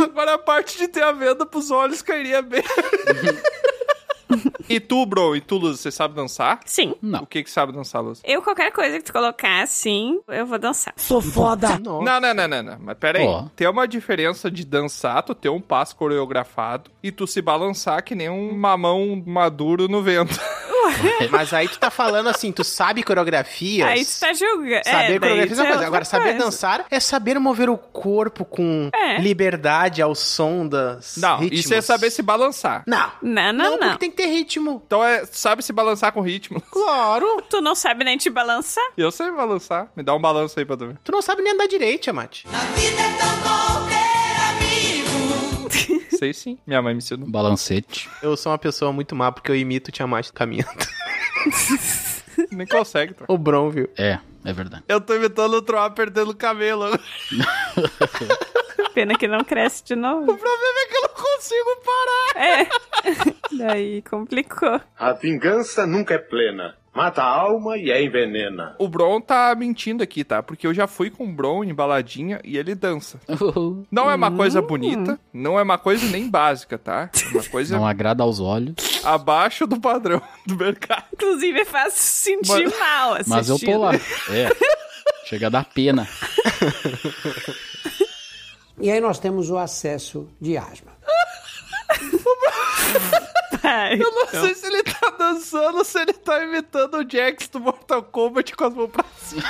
Agora a parte de ter a venda pros olhos cairia bem. e tu, bro, e tu, Luz, você sabe dançar? Sim. O que que sabe dançar, Luz? Eu, qualquer coisa que tu colocar assim, eu vou dançar. Sou foda. Nossa. Não, não, não, não, não. Mas pera aí. Ó. Tem uma diferença de dançar, tu ter um passo coreografado e tu se balançar que nem um mamão maduro no vento. Mas aí tu tá falando assim, tu sabe coreografias. Aí tu tá julgando. Saber é, daí coreografias é já é uma coisa. outra Agora, saber coisa. dançar é saber mover o corpo com É. liberdade ao som das. Não, ritmos. isso é saber se balançar. Não. Não, não, não. porque tem que ter ritmo. Então é, sabe se balançar com ritmo. Claro. Tu não sabe nem te balançar? Eu sei balançar. Me dá um balanço aí pra tu ver. Tu não sabe nem andar direito, Amate. Sei sim. Minha mãe me ensinou. Balancete. Eu sou uma pessoa muito má porque eu imito o Tiamat caminhando. Nem consegue, tá? troca. o Bron, viu? É, é verdade. Eu tô imitando o Troá perdendo o cabelo. É Pena que não cresce de novo. O problema é que eu não consigo parar. É. Daí complicou. A vingança nunca é plena. Mata a alma e a envenena. O Bron tá mentindo aqui, tá? Porque eu já fui com o Bron em baladinha e ele dança. Não é uma coisa bonita, não é uma coisa nem básica, tá? É uma coisa Não agrada aos olhos. abaixo do padrão do mercado. Inclusive, faz sentir Mas- mal assistindo. Mas eu tô lá. É. Chega a dar pena. E aí nós temos o acesso de asma. Eu não sei se ele tá dançando ou se ele tá imitando o Jax do Mortal Kombat com as mãos pra cima.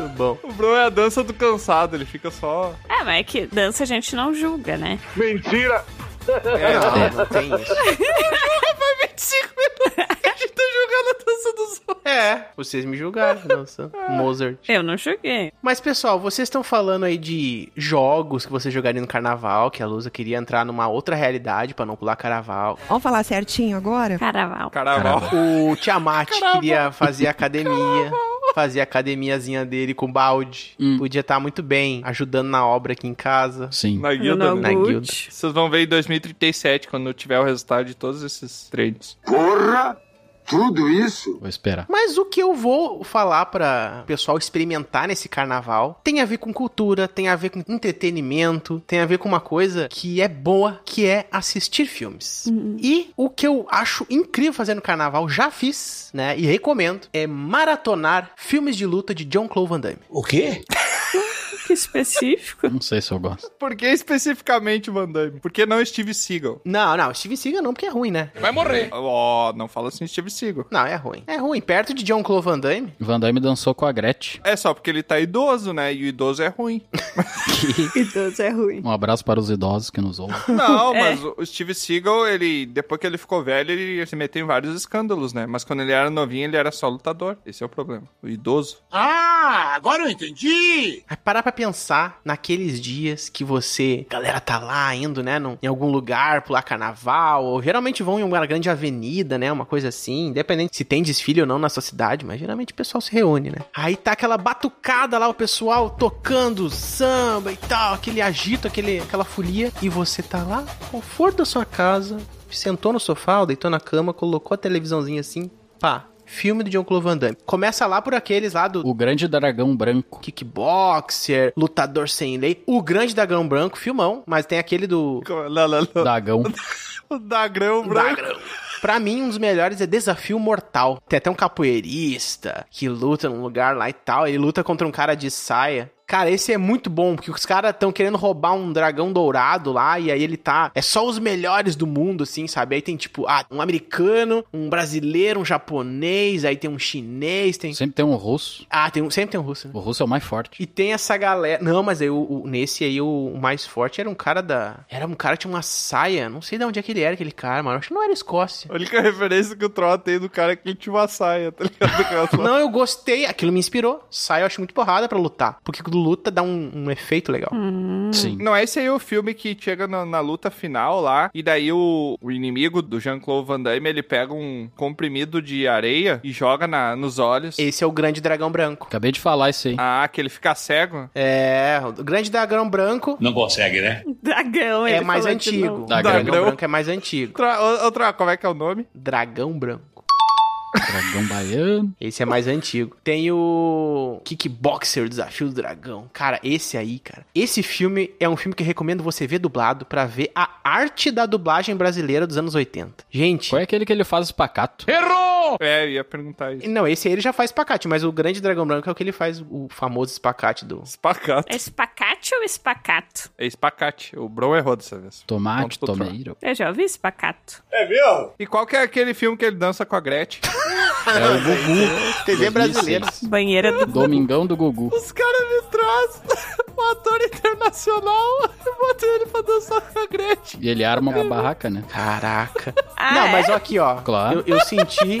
Muito bom. O Bron é a dança do cansado, ele fica só. É, mas é que dança a gente não julga, né? Mentira! É, Não, não tem isso. Vai 25 minutos que a gente tá jogando a dança dos outros. É, vocês me julgaram, nossa. Mozart. Eu não julguei. Mas, pessoal, vocês estão falando aí de jogos que vocês jogariam no carnaval, que a Lusa queria entrar numa outra realidade pra não pular carnaval. Vamos falar certinho agora? Carnaval. Carnaval. O Tiamat queria fazer academia. Fazer a academiazinha dele com balde. Podia estar muito bem, ajudando na obra aqui em casa. Sim. Na guilda, né? Na guilda. Vocês vão ver em 2037, quando eu tiver o resultado de todos esses treinos. Porra! Tudo isso? Vou esperar. Mas o que eu vou falar pra pessoal experimentar nesse carnaval tem a ver com cultura, tem a ver com entretenimento, tem a ver com uma coisa que é boa, que é assistir filmes. E o que eu acho incrível fazer no carnaval, já fiz, né, e recomendo, é maratonar filmes de luta de John Clover Van Damme. O quê? Que específico. Não sei se eu gosto. Por que especificamente Van Damme? Por que não Steve Seagal? Não, não, Steve Seagal não, porque é ruim, né? Vai morrer. Ó, não fala assim Steve Seagal. Não, é ruim. É ruim, perto de John Clover Van Damme. Van Damme dançou com a Gretchen. É só porque ele tá idoso, né? E o idoso é ruim. idoso é ruim. Um abraço para os idosos que nos ouvem. Não, É. mas o Steve Seagal, ele, depois que ele ficou velho, ele se meteu em vários escândalos, né? Mas quando ele era novinho, ele era só lutador. Esse é o problema. O idoso. Ah, agora eu entendi! Parar pra pensar naqueles dias que você, galera, tá lá indo, né, num- em algum lugar, pular carnaval, ou geralmente vão em uma grande avenida, né, uma coisa assim, independente se tem desfile ou não na sua cidade, mas geralmente o pessoal se reúne, né. Aí tá aquela batucada lá, o pessoal tocando samba e tal, aquele agito, aquele, aquela folia, e você tá lá, no conforto da sua casa, sentou no sofá, ou deitou na cama, colocou a televisãozinha assim, pá, filme do John Claude Van Damme. Começa lá por aqueles lá do... O Grande Dragão Branco. Kickboxer, Lutador Sem Lei. O Grande Dragão Branco, filmão. Mas tem aquele do... Dagão. O Dagrão Branco. Pra mim, um dos melhores é Desafio Mortal. Tem até um capoeirista que luta num lugar lá e tal. Ele luta contra um cara de saia. Cara, esse é muito bom, porque os caras estão querendo roubar um dragão dourado lá, e aí ele tá. É só os melhores do mundo, assim, sabe? Aí tem tipo, ah, um americano, um brasileiro, um japonês, aí tem um chinês, tem. Sempre tem um russo. Ah, tem um... sempre tem um russo, né? O russo é o mais forte. E tem essa galera. Não, mas aí, o, o- nesse aí, o, o mais forte era um cara da. Era um cara que tinha uma saia. Não sei de onde é que ele era, aquele cara, mano. Acho que não era Escócia. A única referência que o Troll tem do cara é que ele tinha uma saia, tá ligado? Não, eu gostei. Aquilo me inspirou. Saia eu acho muito porrada pra lutar. Porque quando luta dá um, um efeito legal. Sim. Não, esse aí é o filme que chega na, na luta final lá, e daí o, o inimigo do Jean-Claude Van Damme, ele pega um comprimido de areia e joga na, nos olhos. Esse é o Grande Dragão Branco. Acabei de falar isso aí. Ah, que ele fica cego? É, o Grande Dragão Branco. Não consegue, né? Dragão, É ele mais falou de antigo. novo. Dragão. Dragão. Branco é mais antigo. Tra... ô, ô, Troll, como é que é o nome? Dragão Branco. Dragão baiano. Esse é mais antigo. Tem o Kickboxer, o Desafio do Dragão. Cara, esse aí, cara. Esse filme é um filme que eu recomendo você ver dublado pra ver a arte da dublagem brasileira dos anos 80. Gente. Qual é aquele que ele faz espacato? Errou! É, eu ia perguntar isso. Não, esse aí ele já faz espacate, mas o Grande Dragão Branco é o que ele faz o famoso espacate do... Espacate. É espacate ou espacato? É espacate. O Bron errou dessa vez. Tomate, Ponto pro Troll. tomeiro. Eu já ouvi espacato. É mesmo? E qual que é aquele filme que ele dança com a Gretchen? É o Gugu. 2006. TV brasileira. Banheira do Domingão do Gugu. Os caras me trazem um ator internacional e botam ele pra dançar com a Gretchen. E ele arma uma barraca, né? Caraca. Ah, Não, é? mas ó aqui, ó. Claro. Eu, eu senti...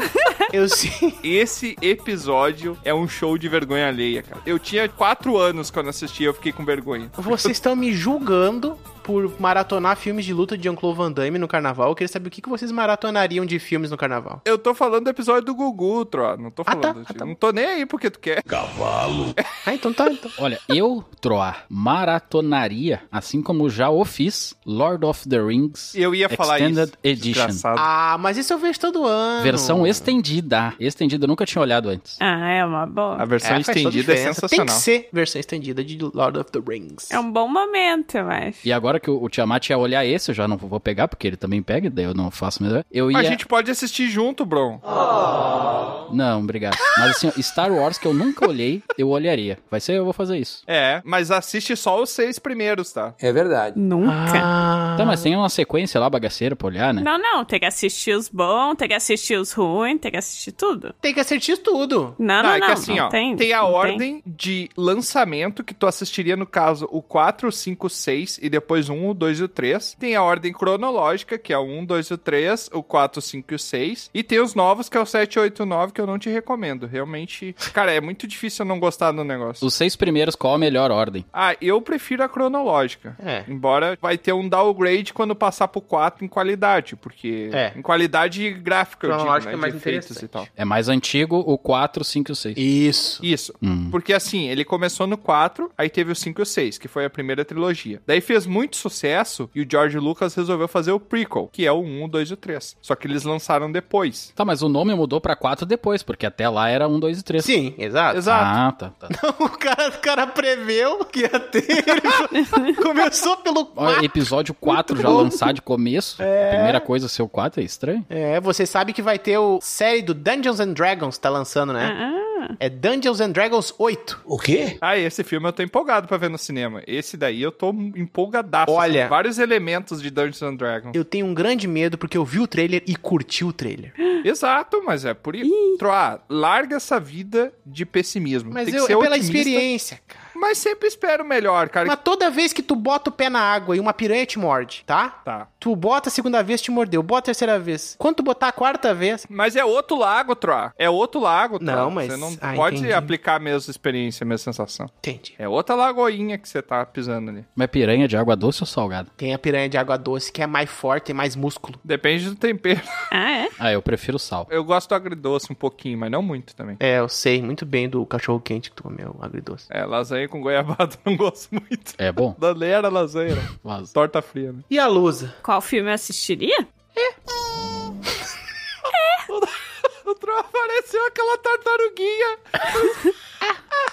Eu senti... Esse episódio é um show de vergonha alheia, cara. Eu tinha quatro anos quando assisti eu fiquei com vergonha. Vocês estão me julgando por maratonar filmes de luta de Jean-Claude Van Damme no carnaval. Eu queria saber o que, que vocês maratonariam de filmes no carnaval. Eu tô falando do episódio do Gugu, Tro. Não tô falando. de- Não tô nem aí porque tu quer. Cavalo. Ah, então tá, então. Olha, eu, Troar, maratonaria, assim como já o fiz, Lord of the Rings. Eu ia falar isso, Extended Edition. desgraçado. Ah, mas isso eu vejo todo ano. É, Versão estendida. Estendida, eu nunca tinha olhado antes. Ah, é uma boa. A versão É, faz toda estendida é diferença. sensacional. Tem que ser versão estendida de Lord of the Rings. É um bom momento, eu acho. E agora que o, o Tiamat ia olhar esse, eu já não vou pegar, porque ele também pega, daí eu não faço melhor. Eu ia... A gente pode assistir junto, Bron. Não, obrigado. Mas assim, ó, Star Wars, que eu nunca olhei, eu olharia. Vai ser, eu vou fazer isso. É, mas assiste só os seis primeiros, tá? É verdade. Nunca. Ah, Tá, mas tem uma sequência lá bagaceira pra olhar, né? Não, não, tem que assistir os bons, tem que assistir os ruins, tem que assistir tudo. Tem que assistir Ah, tudo. Não, não, é não, que assim, não ó, tem, tem, a não tem. ordem de lançamento que tu assistiria, no caso, o 4, o 5, o 6 e depois o 1, o 2 e o 3. Tem a ordem cronológica, que é o 1, 2 e o 3, o 4, o 5 e o 6. E tem os novos, que é o 7, 8 e 9, que eu não te recomendo. Realmente, cara, é muito difícil eu não gostar do negócio. Os seis primeiros, qual a melhor ordem? Ah, eu prefiro a cronológica. É. Embora vai ter um downgrade quando passar pro 4 em qualidade, porque... É. Em qualidade gráfica, eu digo, Cronológica né? é mais de efeitos e tal. É mais antigo, o 4, 5 e o 6. Isso. Isso. Hum. Porque assim, ele começou no 4, aí teve o 5 e o 6, que foi a primeira trilogia. Daí fez muito sucesso e o George Lucas resolveu fazer o prequel, que é o 1, o 2 e o 3. Só que eles lançaram depois. Tá, mas o nome mudou pra 4 depois, porque até lá era 1, 2 e 3. Sim, exato. Exato. Ah, tá. tá. O cara, o cara preveu que ia ter. Ele co- começou pelo Olha, 4. episódio 4 já bom. lançar de começo. Primeira coisa, seu 4 é estranho. É, você sabe que vai ter o série do Dungeons and Dragons, tá lançando, né? Ah, É Dungeons and Dragons 8. O quê? Ah, esse filme eu tô empolgado pra ver no cinema. Esse daí eu tô empolgadaço. Olha. São vários elementos de Dungeons and Dragons. Eu tenho um grande medo porque eu vi o trailer e curti o trailer. Exato, mas é por isso. Troá, larga essa vida de pessimismo. Mas Tem que eu, ser é pela otimista, experiência, cara. Mas sempre espero o melhor, cara. Mas toda vez que tu bota o pé na água e uma piranha te morde, tá? Tá. Tu bota a segunda vez, te mordeu. Bota a terceira vez. Quando tu botar a quarta vez, Mas é outro lago, Troá. É outro lago, Troá. Não, mas- Você não Ah, pode entendi. aplicar a mesma experiência, a mesma sensação. entende? É outra lagoinha que você tá pisando ali. Mas piranha de água doce ou salgada? Tem a piranha de água doce que é mais forte, tem mais músculo. Depende do tempero. ah, é? Ah, eu prefiro sal. Eu gosto do agridoce um pouquinho, mas não muito também. É, eu sei muito bem do cachorro quente que tu comeu, agridoce. É, lasanha com goiabada eu não gosto muito. É bom? Danera, lasanha. né? Mas... Torta fria, né? E a Lusa? Qual filme eu assistiria? O Troá apareceu aquela tartaruguinha.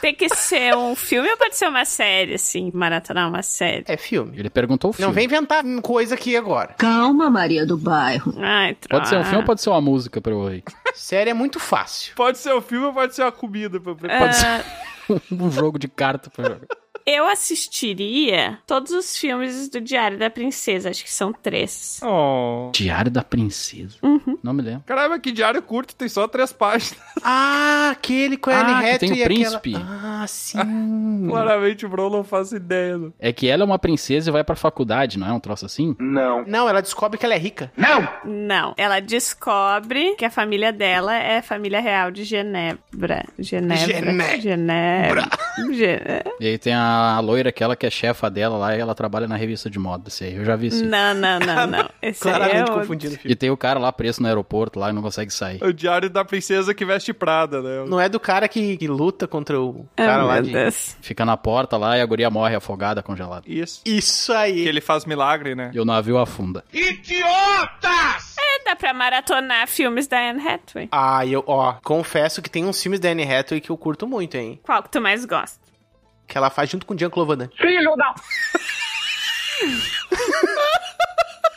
Tem que ser um filme ou pode ser uma série, assim, maratonar uma série? É filme. Ele perguntou o filme. Não vem inventar coisa aqui agora. Calma, Maria do Bairro. Ai, troca. Ah. Pode ser um filme ou pode ser uma música pra eu ouvir? Série é muito fácil. Pode ser o filme ou pode ser a comida. pra- É. pra- Pode ser um jogo de carta pra eu jogar. Ah, Eu assistiria todos os filmes do Diário da Princesa, acho que são três. Oh. Diário da Princesa. Uhum. Não me lembro. Caramba, que diário curto, tem só três páginas. Ah, aquele com a Ah, Ellen que Hathaway tem o e aquela- príncipe. Ah, sim. Claramente o Bro não faz ideia. né? É que ela é uma princesa e vai pra faculdade, não é um troço assim? Não. Não, ela descobre que ela é rica. Não, ela descobre que a família dela é a família real de Genebra. Genebra. Gene- Genebra. Gene- E aí tem a loira, aquela que é chefa dela lá, e ela trabalha na revista de moda. Esse aí, eu já vi isso. Não, não, não, não. Esse aí é Claramente outro. confundindo o filme. E tem o cara lá preso no aeroporto lá e não consegue sair. É O diário da princesa que veste Prada, né? Não é do cara que, que luta contra o Ah, cara lá meu de... Deus. Fica na porta lá e a guria morre afogada, congelada. Isso. Isso Que aí. ele faz milagre, né? E o navio afunda. Idiotas! É, dá pra maratonar filmes da Anne Hathaway. Ah, eu, ó, confesso que tem uns filmes da Anne Hathaway que eu curto muito, hein? Qual que tu mais gosta? Que ela faz junto com o Jean-Claude Van Damme.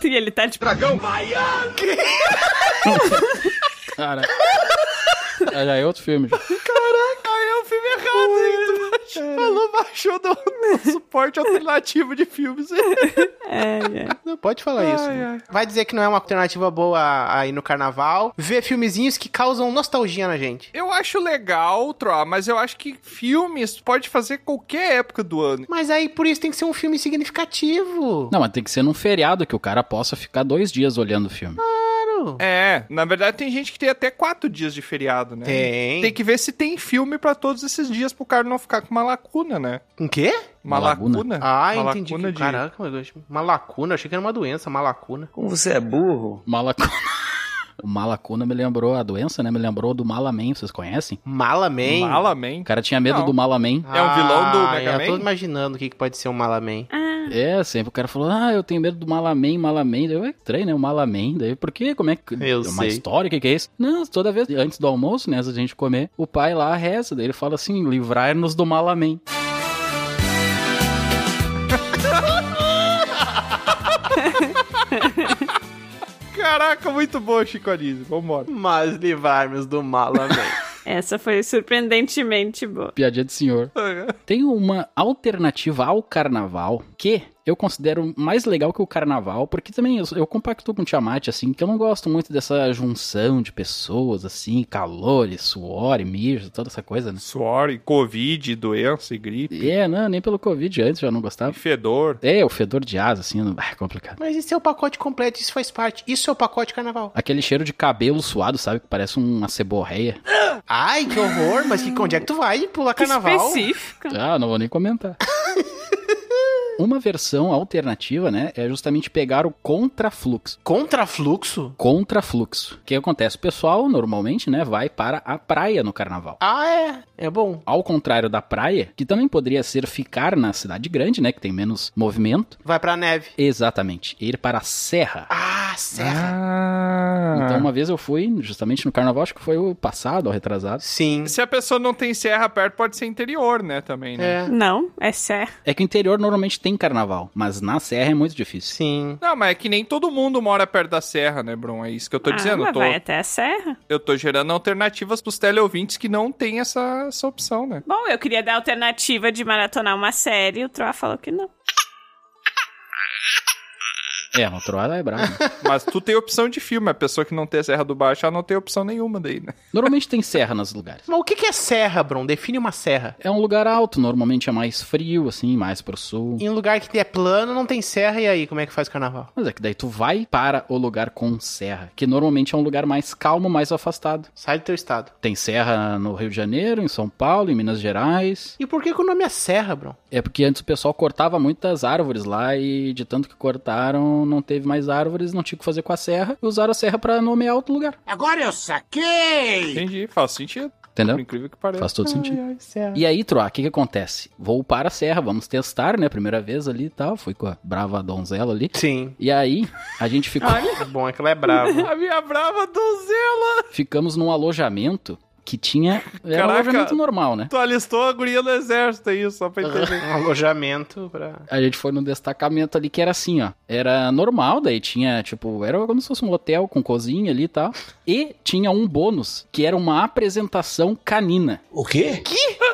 E ele tá de Dragão! Cara. Ah, Já é outro filme. já. Caraca, aí é o filme errado, hein? Tu baixou- Falou, baixou do, do suporte alternativo de filmes. É, Não, pode falar isso. Ai, né? ai. Vai dizer que não é uma alternativa boa aí no carnaval. Ver filmezinhos que causam nostalgia na gente. Eu acho legal, Troa, mas eu acho que filmes pode fazer qualquer época do ano. Mas aí por isso tem que ser um filme significativo. Não, mas tem que ser num feriado que o cara possa ficar dois dias olhando o filme. dinheiro. É, na verdade tem gente que tem até quatro dias de feriado, né? É. Tem. Tem que ver se tem filme pra todos esses dias pro cara não ficar com uma lacuna, né? Um quê? Uma, lacuna. Ah, Uma entendi. lacuna que- Caraca, meu Deus. Uma lacuna. Achei que era uma doença, uma lacuna. Como você é burro? Malacuna. O malacuna me lembrou a doença, né? Me lembrou do Malaman, vocês conhecem? Malaman? Malaman? O cara tinha medo Não. do Malaman. Ah, Eu tô imaginando o que, que pode ser um Malaman. É, sempre o cara falou, ah, eu tenho medo do Malaman, Malaman. Daí eu entrei, né, o Malaman. Daí, por quê? Como é que... Eu é uma sei. história, o que, que é isso? Não, toda vez, antes do almoço, né, antes da gente comer, o pai lá reza. Daí ele fala assim, livrar-nos do Malaman. Caraca, muito boa, Chico Anísio. Vambora. Mas livrar-nos do Malaman. Essa foi surpreendentemente boa. Piadinha de senhor. Tem uma alternativa ao carnaval que eu considero mais legal que o carnaval, porque também eu, eu compacto com o Tiamat, assim, que eu não gosto muito dessa junção de pessoas, assim, calor e suor e mijo, toda essa coisa, né? Suor e Covid, doença e gripe. É, não, nem pelo Covid antes eu já não gostava. fedor. É, o fedor de asa, assim, não- ah, é complicado. Mas esse é o pacote completo, isso faz parte. Isso é o pacote carnaval. Aquele cheiro de cabelo suado, sabe? Que parece uma ceborreia. Ai, que horror, mas que, onde é que tu vai pular Que carnaval? específico. Ah, não vou nem comentar. Uma versão alternativa, né, é justamente pegar o contrafluxo. Contrafluxo? Contrafluxo. O que acontece? O pessoal, normalmente, né, vai para a praia no carnaval. Ah, é. É bom. Ao contrário da praia, que também poderia ser ficar na cidade grande, né, que tem menos movimento. Vai pra neve. Exatamente. Ir para a serra. Ah, serra. Ah. Então, uma vez eu fui, justamente no carnaval, acho que foi o passado, ou retrasado. Sim. Se a pessoa não tem serra perto, pode ser interior, né, também, né? Não, é serra. É que o interior normalmente tem carnaval, mas na serra é muito difícil. Sim. Não, mas é que nem todo mundo mora perto da serra, né, Bron? É isso que eu tô ah, dizendo. mas Eu tô, vai até a serra. eu tô gerando alternativas pros teleouvintes que não tem essa, essa opção, né? Bom, eu queria dar a alternativa de maratonar uma série e o Troá falou que não. É, o Troá é bravo. né? Mas tu tem opção de filme. A pessoa que não tem a Serra do Baixo, ela não tem opção nenhuma daí, né? Normalmente tem serra nos lugares. Mas o que que é serra, Bron? Define uma serra. É um lugar alto, normalmente é mais frio, assim, mais pro sul. Em um lugar que é plano, não tem serra, e aí, como é que faz carnaval? Mas é que daí tu vai para o lugar com serra, que normalmente é um lugar mais calmo, mais afastado. Sai do teu estado. Tem serra no Rio de Janeiro, em São Paulo, em Minas Gerais. E por que, que o nome é serra, Bron? É porque antes o pessoal cortava muitas árvores lá e de tanto que cortaram, não teve mais árvores, não tinha o que fazer com a serra, e usaram a serra para nomear outro lugar. Agora eu saquei! Entendi, faz sentido. Entendeu? Por incrível que pareça. Faz todo sentido. Ai, serra. E aí, Troá, o que que acontece? Vou para a serra, vamos testar, né? Primeira vez ali e tal. Fui com a brava donzela ali. Sim. E aí, a gente ficou. O bom é que ela é brava. A minha brava donzela! ficamos num alojamento que tinha. Era um Caraca. alojamento normal, né? Tu alistou a guria do exército aí, só pra entender. um alojamento pra... A gente foi num destacamento ali que era assim, ó. Era normal, daí tinha, tipo, era como se fosse um hotel com cozinha ali e tal. E tinha um bônus, que era uma apresentação canina. O quê?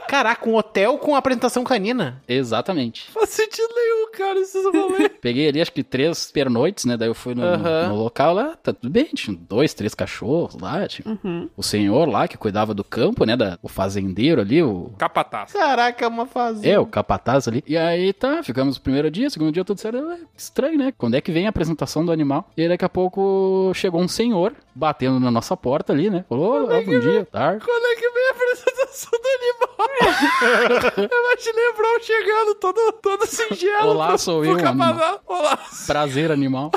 Caraca, um hotel com apresentação canina. Exatamente. Não faz sentido nenhum, cara, esses rolês. Peguei ali, acho que três pernoites, né? Daí eu fui no, Aham. no local lá, tá tudo bem. Tinha dois, três cachorros lá. Tinha Uhum. o senhor lá que cuidava do campo, né? da- o fazendeiro ali, o Capataz. Caraca, é uma fazenda. É, o capataz ali. E aí tá, ficamos o primeiro dia, segundo dia tudo certo. Ué, Estranho, né? Quando é que vem a apresentação do animal? E aí daqui a pouco chegou um senhor batendo na nossa porta ali, né? Falou, olá, bom dia, tarde. Quando é que vem a apresentação do animal? Eu imaginei o Brown chegando todo, todo singelo. Olá, pro- sou pro eu, capataz. animal. Olá, Prazer, animal.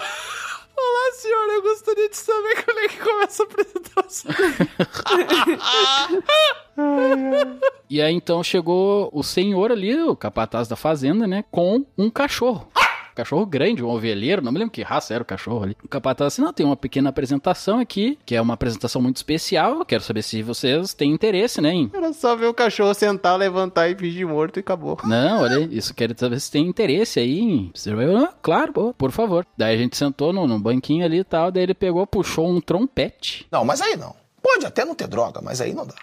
olá, senhor. Eu gostaria de saber quando é que começa a apresentação. E aí então chegou o senhor ali, o capataz da fazenda, né? Com um cachorro. Cachorro grande, um ovelheiro, não me lembro que raça era o cachorro ali. O capataz assim, não, tem uma pequena apresentação aqui, que é uma apresentação muito especial. Quero saber se vocês têm interesse, né, em Era só ver o cachorro sentar, levantar e fingir morto e acabou. Não, olha, isso quero saber se tem interesse aí. em- Você vai, "Ah, claro, pô, por favor. Daí a gente sentou num, num banquinho ali e tal, daí ele pegou, puxou um trompete. Não, mas aí não. Pode até não ter droga, mas aí não dá.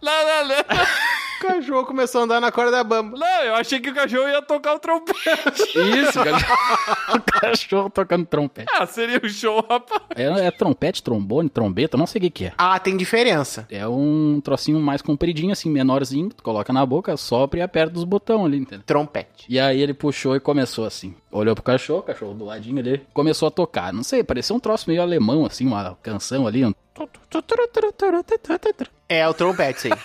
Não, não, não. cachorro começou a andar na corda bamba. Não, eu achei que o cachorro ia tocar o trompete. Isso, cara. o cachorro tocando trompete. Ah, seria um show, rapaz. É, é trompete, trombone, trombeta, não sei o que, que é. Ah, tem diferença. É um trocinho mais compridinho, assim, menorzinho, tu coloca na boca, sopra e aperta os botões ali, entendeu? Trompete. E aí ele puxou e começou assim. Olhou pro cachorro, cachorro do ladinho ali, começou a tocar. Não sei, parecia um troço meio alemão, assim, uma canção ali. Um... É o trompete, isso aí.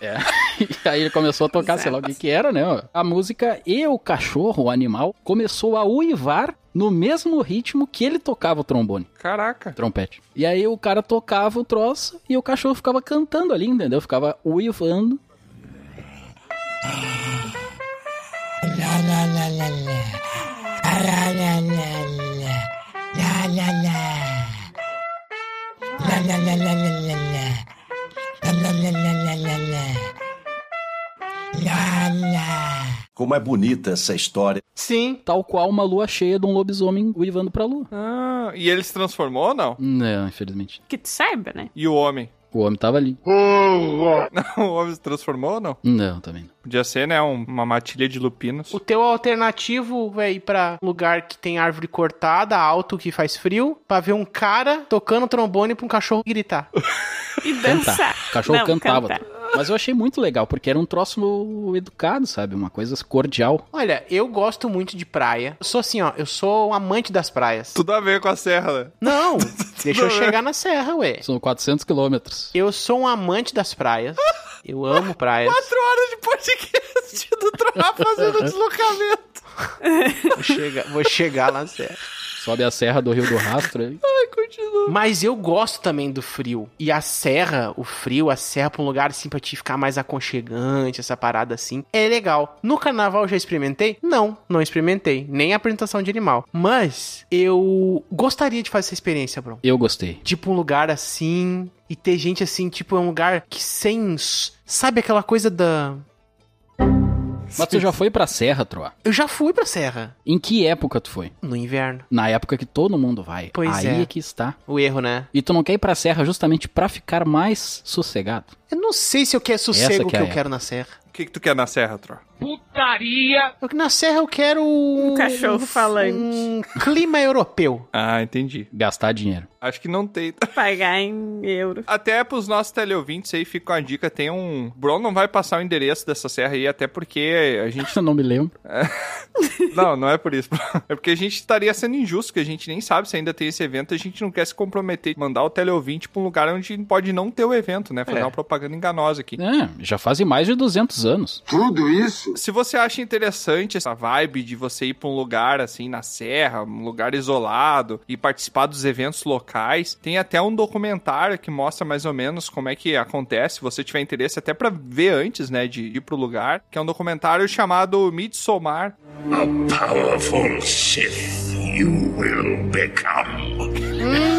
É. E aí ele começou a tocar, sei lá o que que era, né? A música e o cachorro, o animal, começou a uivar no mesmo ritmo que ele tocava o trombone. Caraca. Trompete. E aí o cara tocava o troço e o cachorro ficava cantando ali, entendeu? Ficava uivando. Como é bonita essa história. Sim. Tal qual uma lua cheia de um lobisomem uivando pra lua. Ah, e ele se transformou ou não? Não, infelizmente. Que tu saiba, né? E o homem? O homem tava ali. Não, o homem se transformou ou não? Não, também não. Podia ser, né? um- Uma matilha de lupinos. O teu alternativo é ir pra lugar que tem árvore cortada, alto, que faz frio, pra ver um cara tocando trombone pra um cachorro gritar. E dançar. O cachorro Não, cantava. cantar. Mas eu achei muito legal, porque era um troço educado, sabe? Uma coisa cordial. Olha, eu gosto muito de praia. Eu sou assim, ó, eu sou um amante das praias. Tudo a ver com a serra, né? Não, é? deixa eu chegar na serra, ué. São 400 quilômetros. Eu sou um amante das praias. Eu amo praias. Quatro horas de podcast do Trapa fazendo deslocamento. Vou chegar, vou chegar lá na serra. Sobe a serra do Rio do Rastro. aí. Ai, continua. Mas eu gosto também do frio. E a serra, o frio, a serra pra um lugar assim pra te ficar mais aconchegante, essa parada assim, é legal. No carnaval eu já experimentei? Não, não experimentei. Nem a apresentação de animal. Mas eu gostaria de fazer essa experiência, Bruno. Eu gostei. Tipo um lugar assim. E ter gente assim, tipo, é um lugar que sem. s- Sabe aquela coisa da. Mas tu já foi pra serra, Troa? Eu já fui pra serra Em que época tu foi? no inverno. Na época que todo mundo vai. Pois Aí é. é que está. O erro, né? E tu não quer ir pra serra justamente pra ficar mais sossegado. Eu não sei se eu quero sossego que que é eu a- quero na serra. O que, que tu quer na serra, Tro? Putaria! Eu, na serra eu quero. Um cachorro falante. Um clima europeu. Ah, entendi. Gastar dinheiro. Acho que não tem. Pagar em euro. Até pros nossos teleouvintes aí fica uma dica, tem um... Bron não vai passar o endereço dessa serra aí, até porque a gente... Eu não me lembro. não, não é por isso. É porque a gente estaria sendo injusto, que a gente nem sabe se ainda tem esse evento, a gente não quer se comprometer, mandar o teleouvinte pra um lugar onde pode não ter o evento, né? Fazer É. uma propaganda enganosa aqui. É, já fazem mais de 200 anos. Tudo isso? Se você acha interessante essa vibe de você ir pra um lugar assim na serra, um lugar isolado e participar dos eventos locais, tem até um documentário que mostra mais ou menos como é que acontece. Se você tiver interesse até pra ver antes, né, de ir pro lugar, que é um documentário chamado Midsommar. Powerful Sith you will become.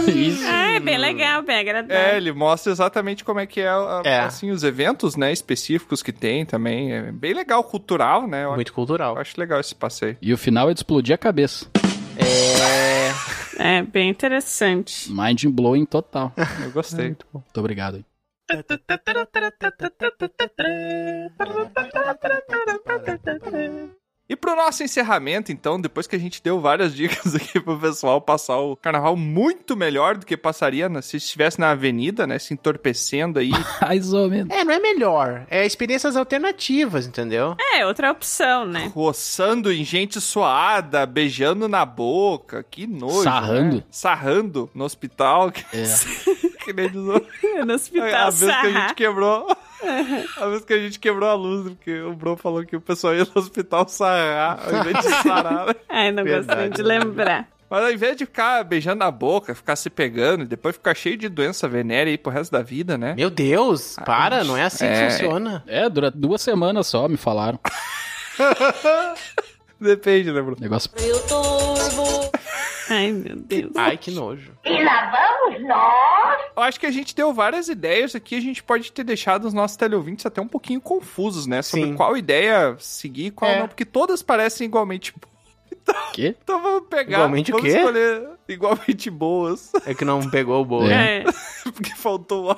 Isso. Ah, é bem legal, bem agradável. É, ele mostra exatamente como é que é, a- Né? É. assim os eventos, né, específicos que tem também. É bem legal cultural, né? Eu, Muito cultural. eu acho legal esse passeio. E o final é de explodir a cabeça. É. É, bem interessante. Mind blowing total. Eu gostei. Muito obrigado. E pro nosso encerramento, então, depois que a gente deu várias dicas aqui pro pessoal passar o carnaval muito melhor do que passaria na- se estivesse na avenida, né? Se entorpecendo aí. Mais ou menos. É, não é melhor. É experiências alternativas, entendeu? É, outra opção, né? roçando em gente suada, beijando na boca. Que nojo. Sarrando. né? Sarrando no hospital. Que, É. que nem diz o- No a hospital vez que a sarrar. gente quebrou. A vez que a gente quebrou a luz, porque o Bro falou que o pessoal ia no hospital sarrar, ao invés de sarar. né? Ai, não gostei de lembrar. Mas ao invés de ficar beijando na boca, ficar se pegando, e depois ficar cheio de doença venérea aí pro resto da vida, né? Meu Deus, para, gente, não é assim é. que funciona. É, dura duas semanas só, me falaram. Depende, né, Bruno? Negócio. Ai, meu Deus. Ai, que nojo. Eu acho que a gente deu várias ideias aqui, a gente pode ter deixado os nossos teleouvintes até um pouquinho confusos, né? Sobre Sim. qual ideia seguir e qual É. não, porque todas parecem igualmente boas. Quê? Então vamos pegar, Igualmente o vamos quê? escolher igualmente boas, É que não pegou o bolo. É. É. porque faltou o ar.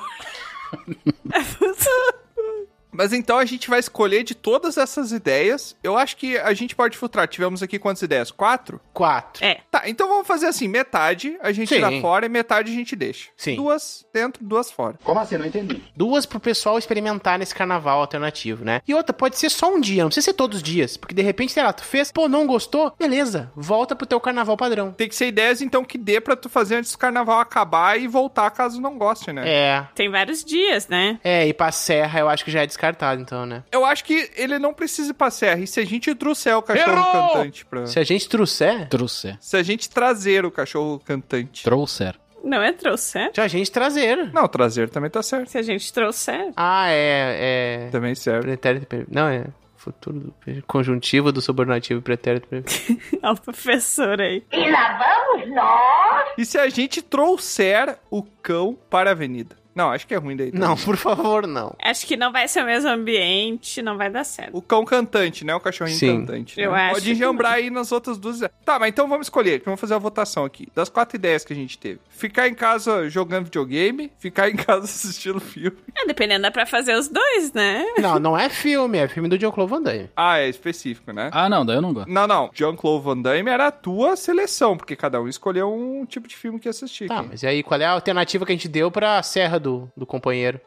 Mas então a gente vai escolher de todas essas ideias. Eu acho que a gente pode filtrar. Tivemos aqui quantas ideias? Quatro? Quatro. É. Tá, então vamos fazer assim: metade a gente Sim. tira fora e metade a gente deixa. Sim. Duas dentro, duas fora. Como assim? Não entendi. Duas pro pessoal experimentar nesse carnaval alternativo, né? E outra, pode ser só um dia, não precisa ser todos os dias. Porque de repente, sei lá, tu fez, pô, não gostou, beleza, volta pro teu carnaval padrão. Tem que ser ideias, então, que dê pra tu fazer antes do carnaval acabar e voltar caso não goste, né? É. Tem vários dias, né? É, e pra serra eu acho que já é descartado, então, né? Eu acho que ele não precisa ir pra serra. E se a gente trouxer o cachorro Errou! cantante pra. Se a gente trouxer. Trouxer. Se a gente trazer o cachorro cantante. Trouxer. Não é trouxer? Se a gente trazer. Não, trazer também tá certo. Se a gente trouxer. Ah, é. é... Também serve. Pretérito. per- Não, é. Futuro do per- conjuntivo do subordinativo pretérito. per- Olha o professor aí. E lá vamos nós. E se a gente trouxer o cão para a avenida? Não, acho que é ruim daí. também. Não, por favor, não. Acho que não vai ser o mesmo ambiente, não vai dar certo. O cão cantante, né? O cachorrinho Sim. cantante. Eu né? acho Pode que enjambrar aí nas outras duas. Tá, mas então vamos escolher. Vamos fazer a votação aqui. Das quatro ideias que a gente teve: ficar em casa jogando videogame, ficar em casa assistindo filme. É, dependendo, dá pra fazer os dois, né? Não, não é filme, é filme do Jean-Claude Van Damme. Ah, é específico, né? Ah, não, daí eu não gosto. Não, não. Jean-Claude Van Damme era a tua seleção, porque cada um escolheu um tipo de filme que ia assistir. Tá, aqui. mas e aí qual é a alternativa que a gente deu pra serra do, do companheiro?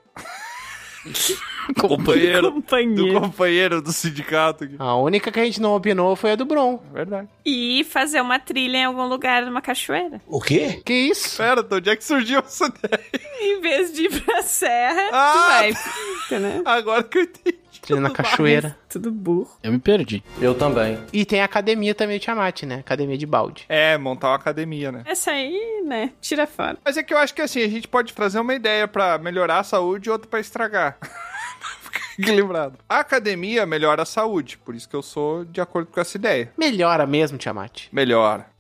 companheiro, Companheiro. do companheiro do sindicato. aqui. A única que a gente não opinou foi a do Bron. Verdade. E fazer uma trilha em algum lugar numa cachoeira. O quê? Que isso? Pera, de onde é que surgiu essa ideia? Em vez de ir pra serra, Ah! tu vai. Fica, né? Agora que eu entendi. Trilha na cachoeira. Tudo burro. Eu me perdi. Eu também. E tem a academia também, Tiamat, né? Academia de balde. É, montar uma academia, né? Essa aí, né? Tira fora. Mas é que eu acho que assim, a gente pode trazer uma ideia pra melhorar a saúde e outra pra estragar. Fica Equilibrado. A academia melhora a saúde, por isso que eu sou de acordo com essa ideia. Melhora mesmo, Tiamat. Melhora.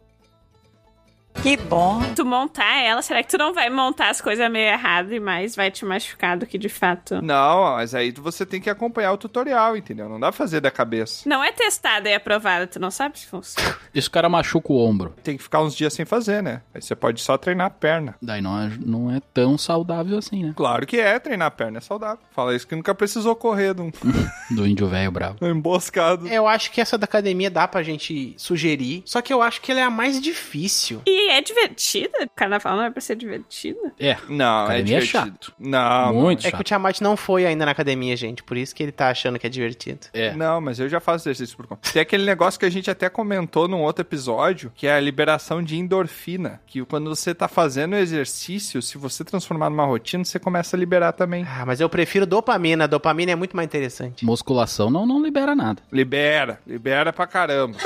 Que bom. Tu montar ela, será que tu não vai montar as coisas meio errado e mais vai te machucar do que de fato? Não, mas aí você tem que acompanhar o tutorial, entendeu? Não dá pra fazer da cabeça. Não é testada e aprovada, tu não sabe se funciona. Isso o cara machuca o ombro. Tem que ficar uns dias sem fazer, né? Aí você pode só treinar a perna. Daí não é, não é tão saudável assim, né? Claro que é, treinar a perna é saudável. Fala isso que nunca precisou correr de um Do índio velho bravo. É. emboscado. Eu acho que essa da academia dá pra gente sugerir, só que eu acho que ela é a mais difícil. E é divertida? Carnaval não é pra ser divertida? É. Não, Academia é é divertido. chato. Não, Muito É que o chato. Tiamat não foi ainda na academia, gente, por isso que ele tá achando que é divertido. É. Não, mas eu já faço exercício por conta. Tem aquele negócio que a gente até comentou num outro episódio, que é a liberação de endorfina. Que quando você tá fazendo exercício, se você transformar numa rotina, você começa a liberar também. Ah, mas eu prefiro dopamina, dopamina é muito mais interessante. Musculação não, não libera nada. Libera, libera pra caramba.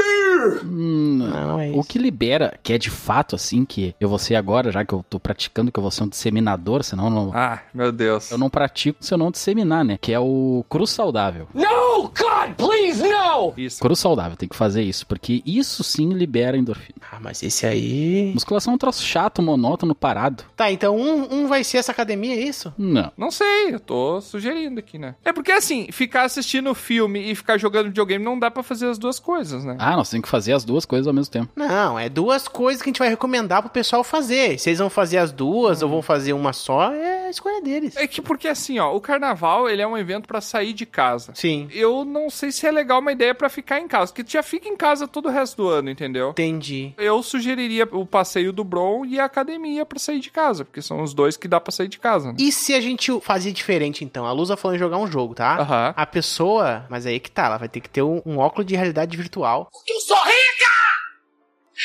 Hum, Não, é O isso. que libera, que é de fato assim, que eu vou ser agora, já que eu tô praticando, que eu vou ser um disseminador, senão eu não, Ah, meu Deus. eu não pratico se eu não disseminar, né? Que é o cruz saudável. No, God, please, no! Isso. Cruz saudável, tem que fazer isso, porque isso sim libera endorfina. Ah, mas esse aí... Musculação é um troço chato, monótono, parado. Tá, então um, um vai ser essa academia, é isso? Não. Não sei, eu tô sugerindo aqui, né? É porque assim, ficar assistindo filme e ficar jogando videogame não dá pra fazer as duas coisas, né? Ah, nós temos que fazer as duas coisas ao mesmo tempo. Não, é duas coisas que a gente vai recomendar pro pessoal fazer. Se eles vão fazer as duas ou vão fazer uma só, é a escolha deles. É que porque assim, ó, o carnaval, ele é um evento pra sair de casa. Sim. Eu não sei se é legal uma ideia pra ficar em casa, porque tu já fica em casa todo o resto do ano, entendeu? Entendi. Eu sugeriria o passeio do Bron e a academia pra sair de casa, porque são os dois que dá pra sair de casa, né? E se a gente fazia diferente, então? A Lusa falou em jogar um jogo, tá? Aham. A pessoa, mas aí que tá, ela vai ter que ter um, um óculos de realidade virtual Eu sou rica!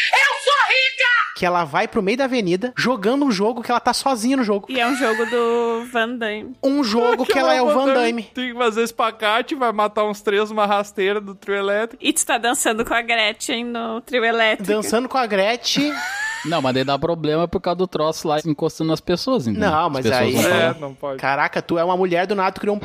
que ela vai pro meio da avenida jogando um jogo que ela tá sozinha no jogo. E é um jogo do Van Damme. Um jogo que ela é o Van Damme. Tem que fazer espacate, vai matar uns três, uma rasteira do trio elétrico. E tu tá dançando com a Gretchen no trio elétrico. Dançando com a Gretchen. Não, mas daí dá problema por causa do troço lá encostando nas pessoas, entendeu? Não, As mas pessoas aí- vão falar, É, não pode. Caraca, tu é uma mulher do nada, tu criou um.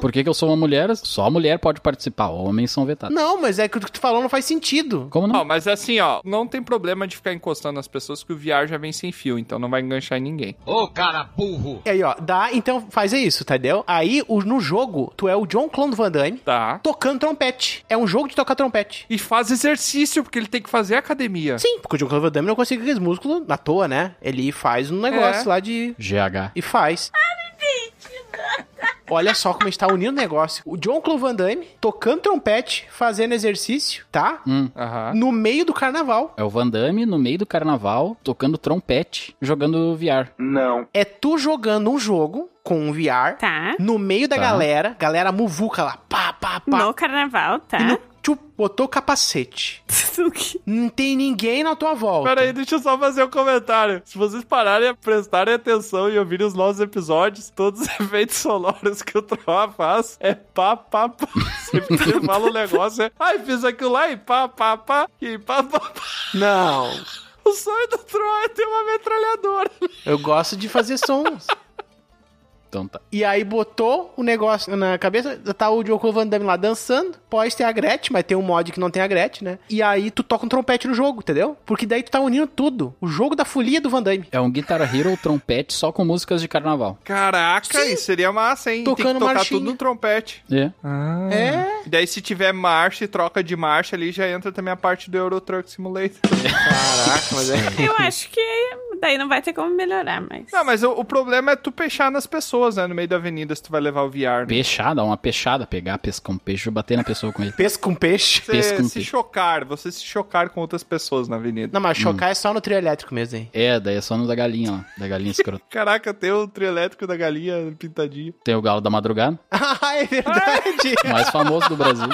Por que, que eu sou uma mulher? Só mulher pode participar. Homens são vetados. Não, mas é que o que tu falou não faz sentido. Como não? Ó, mas assim, ó, não tem problema de ficar encostando nas pessoas, que o VR já vem sem fio, então não vai enganchar em ninguém. Ô, cara burro! E aí, ó, dá, então faz isso, entendeu? Aí, o- no jogo, tu é o John Clone Van Damme Tá. tocando trompete. É um jogo de tocar trompete. E faz exercício, porque ele tem que fazer academia. Sim, porque o John Clone Van Damme não consegue aqueles músculos na toa, É. né? Ele faz um negócio É. lá de. GH. E faz. Olha só como a gente tá unindo o negócio. O John Clooney Van Damme tocando trompete, fazendo exercício, tá? Hum. No meio do carnaval. É o Van Damme no meio do carnaval, tocando trompete, jogando VR. Não. É tu jogando um jogo com um VR. Tá. No meio da Tá. galera, galera muvuca lá, pá, pá, pá. No carnaval, tá? E no, tu botou o capacete. Não tem ninguém na tua volta. Peraí, deixa eu só fazer um comentário. Se vocês pararem, prestarem atenção e ouvirem os nossos episódios, todos os efeitos sonoros que o Troá faz é pá, pá, pá. Sempre que ele fala um negócio, é ai, fiz aquilo lá e pá, pá, pá, e pá, pá, pá. Não. O sonho do Troá é ter uma metralhadora. Eu gosto de fazer sons. Então tá. E aí botou o negócio na cabeça, tá o Diogo Van Damme lá dançando, pode ter a Gretchen, mas tem um mod que não tem a Gretchen, né? E aí tu toca um trompete no jogo, entendeu? Porque daí tu tá unindo tudo. O jogo da folia do Van Damme. É um Guitar Hero trompete só com músicas de carnaval. Caraca, isso seria massa, hein? tem Tocando que tocar marchinha. tudo no trompete. É. É. E daí, se tiver marcha e truck. troca de marcha ali, já entra também a parte do Euro Truck Simulator. Caraca, mas Eu acho que daí não vai ter como melhorar, mas. Não, mas o, o problema é tu peixar nas pessoas, né? No meio da avenida, se tu vai levar o VR. Né? Peixada, uma peixada, pegar, pescar um peixe, bater na pessoa com ele. Pesca com peixe? Você Pesca com se peixe. chocar, você se chocar com outras pessoas na avenida. Não, mas chocar é só no trio elétrico mesmo, hein? É, daí é só no da galinha lá, da galinha escrota. Caraca, tem o trio elétrico da galinha pintadinho. Tem o galo da madrugada, ah, é verdade. o mais famoso do Brasil.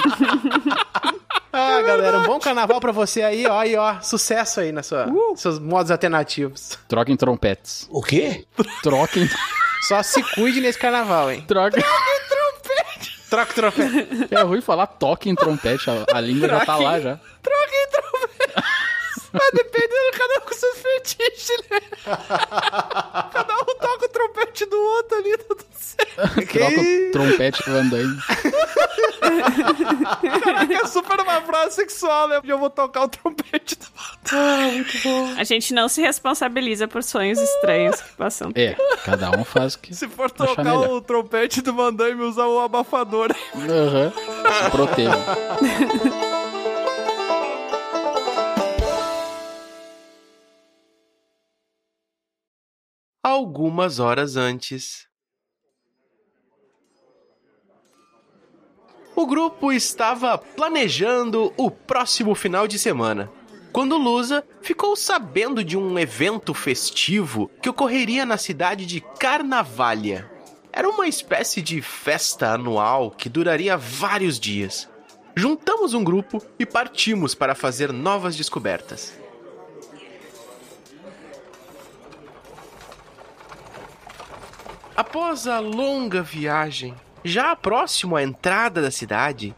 Ah, galera, um bom carnaval pra você aí, ó, e ó, sucesso aí na sua, seus modos alternativos. Troquem trompetes. O quê? Troquem. Só se cuide nesse carnaval, hein? Troca. Troca o trompete. É ruim falar toquem trompete, a, a língua já tá lá já. Troquem trombetas. Mas dependendo, cada um com seus fetiches, né? cada um toca o trompete do outro ali, tá tudo certo. Troca o trompete pro Van Damme. Caraca, é super uma frase sexual, né? Eu vou tocar o trompete do outro. Ah, muito bom. A gente não se responsabiliza por sonhos estranhos que passam. É, cada um faz o que. Se for achar tocar melhor. o trompete do Van Damme, usar o abafador. Aham. Se proteja. Algumas horas antes. O grupo estava planejando o próximo final de semana, quando Lusa ficou sabendo de um evento festivo que ocorreria na cidade de Carnavalha. Era uma espécie de festa anual que duraria vários dias. Juntamos um grupo e partimos para fazer novas descobertas. Após a longa viagem, já próximo à entrada da cidade,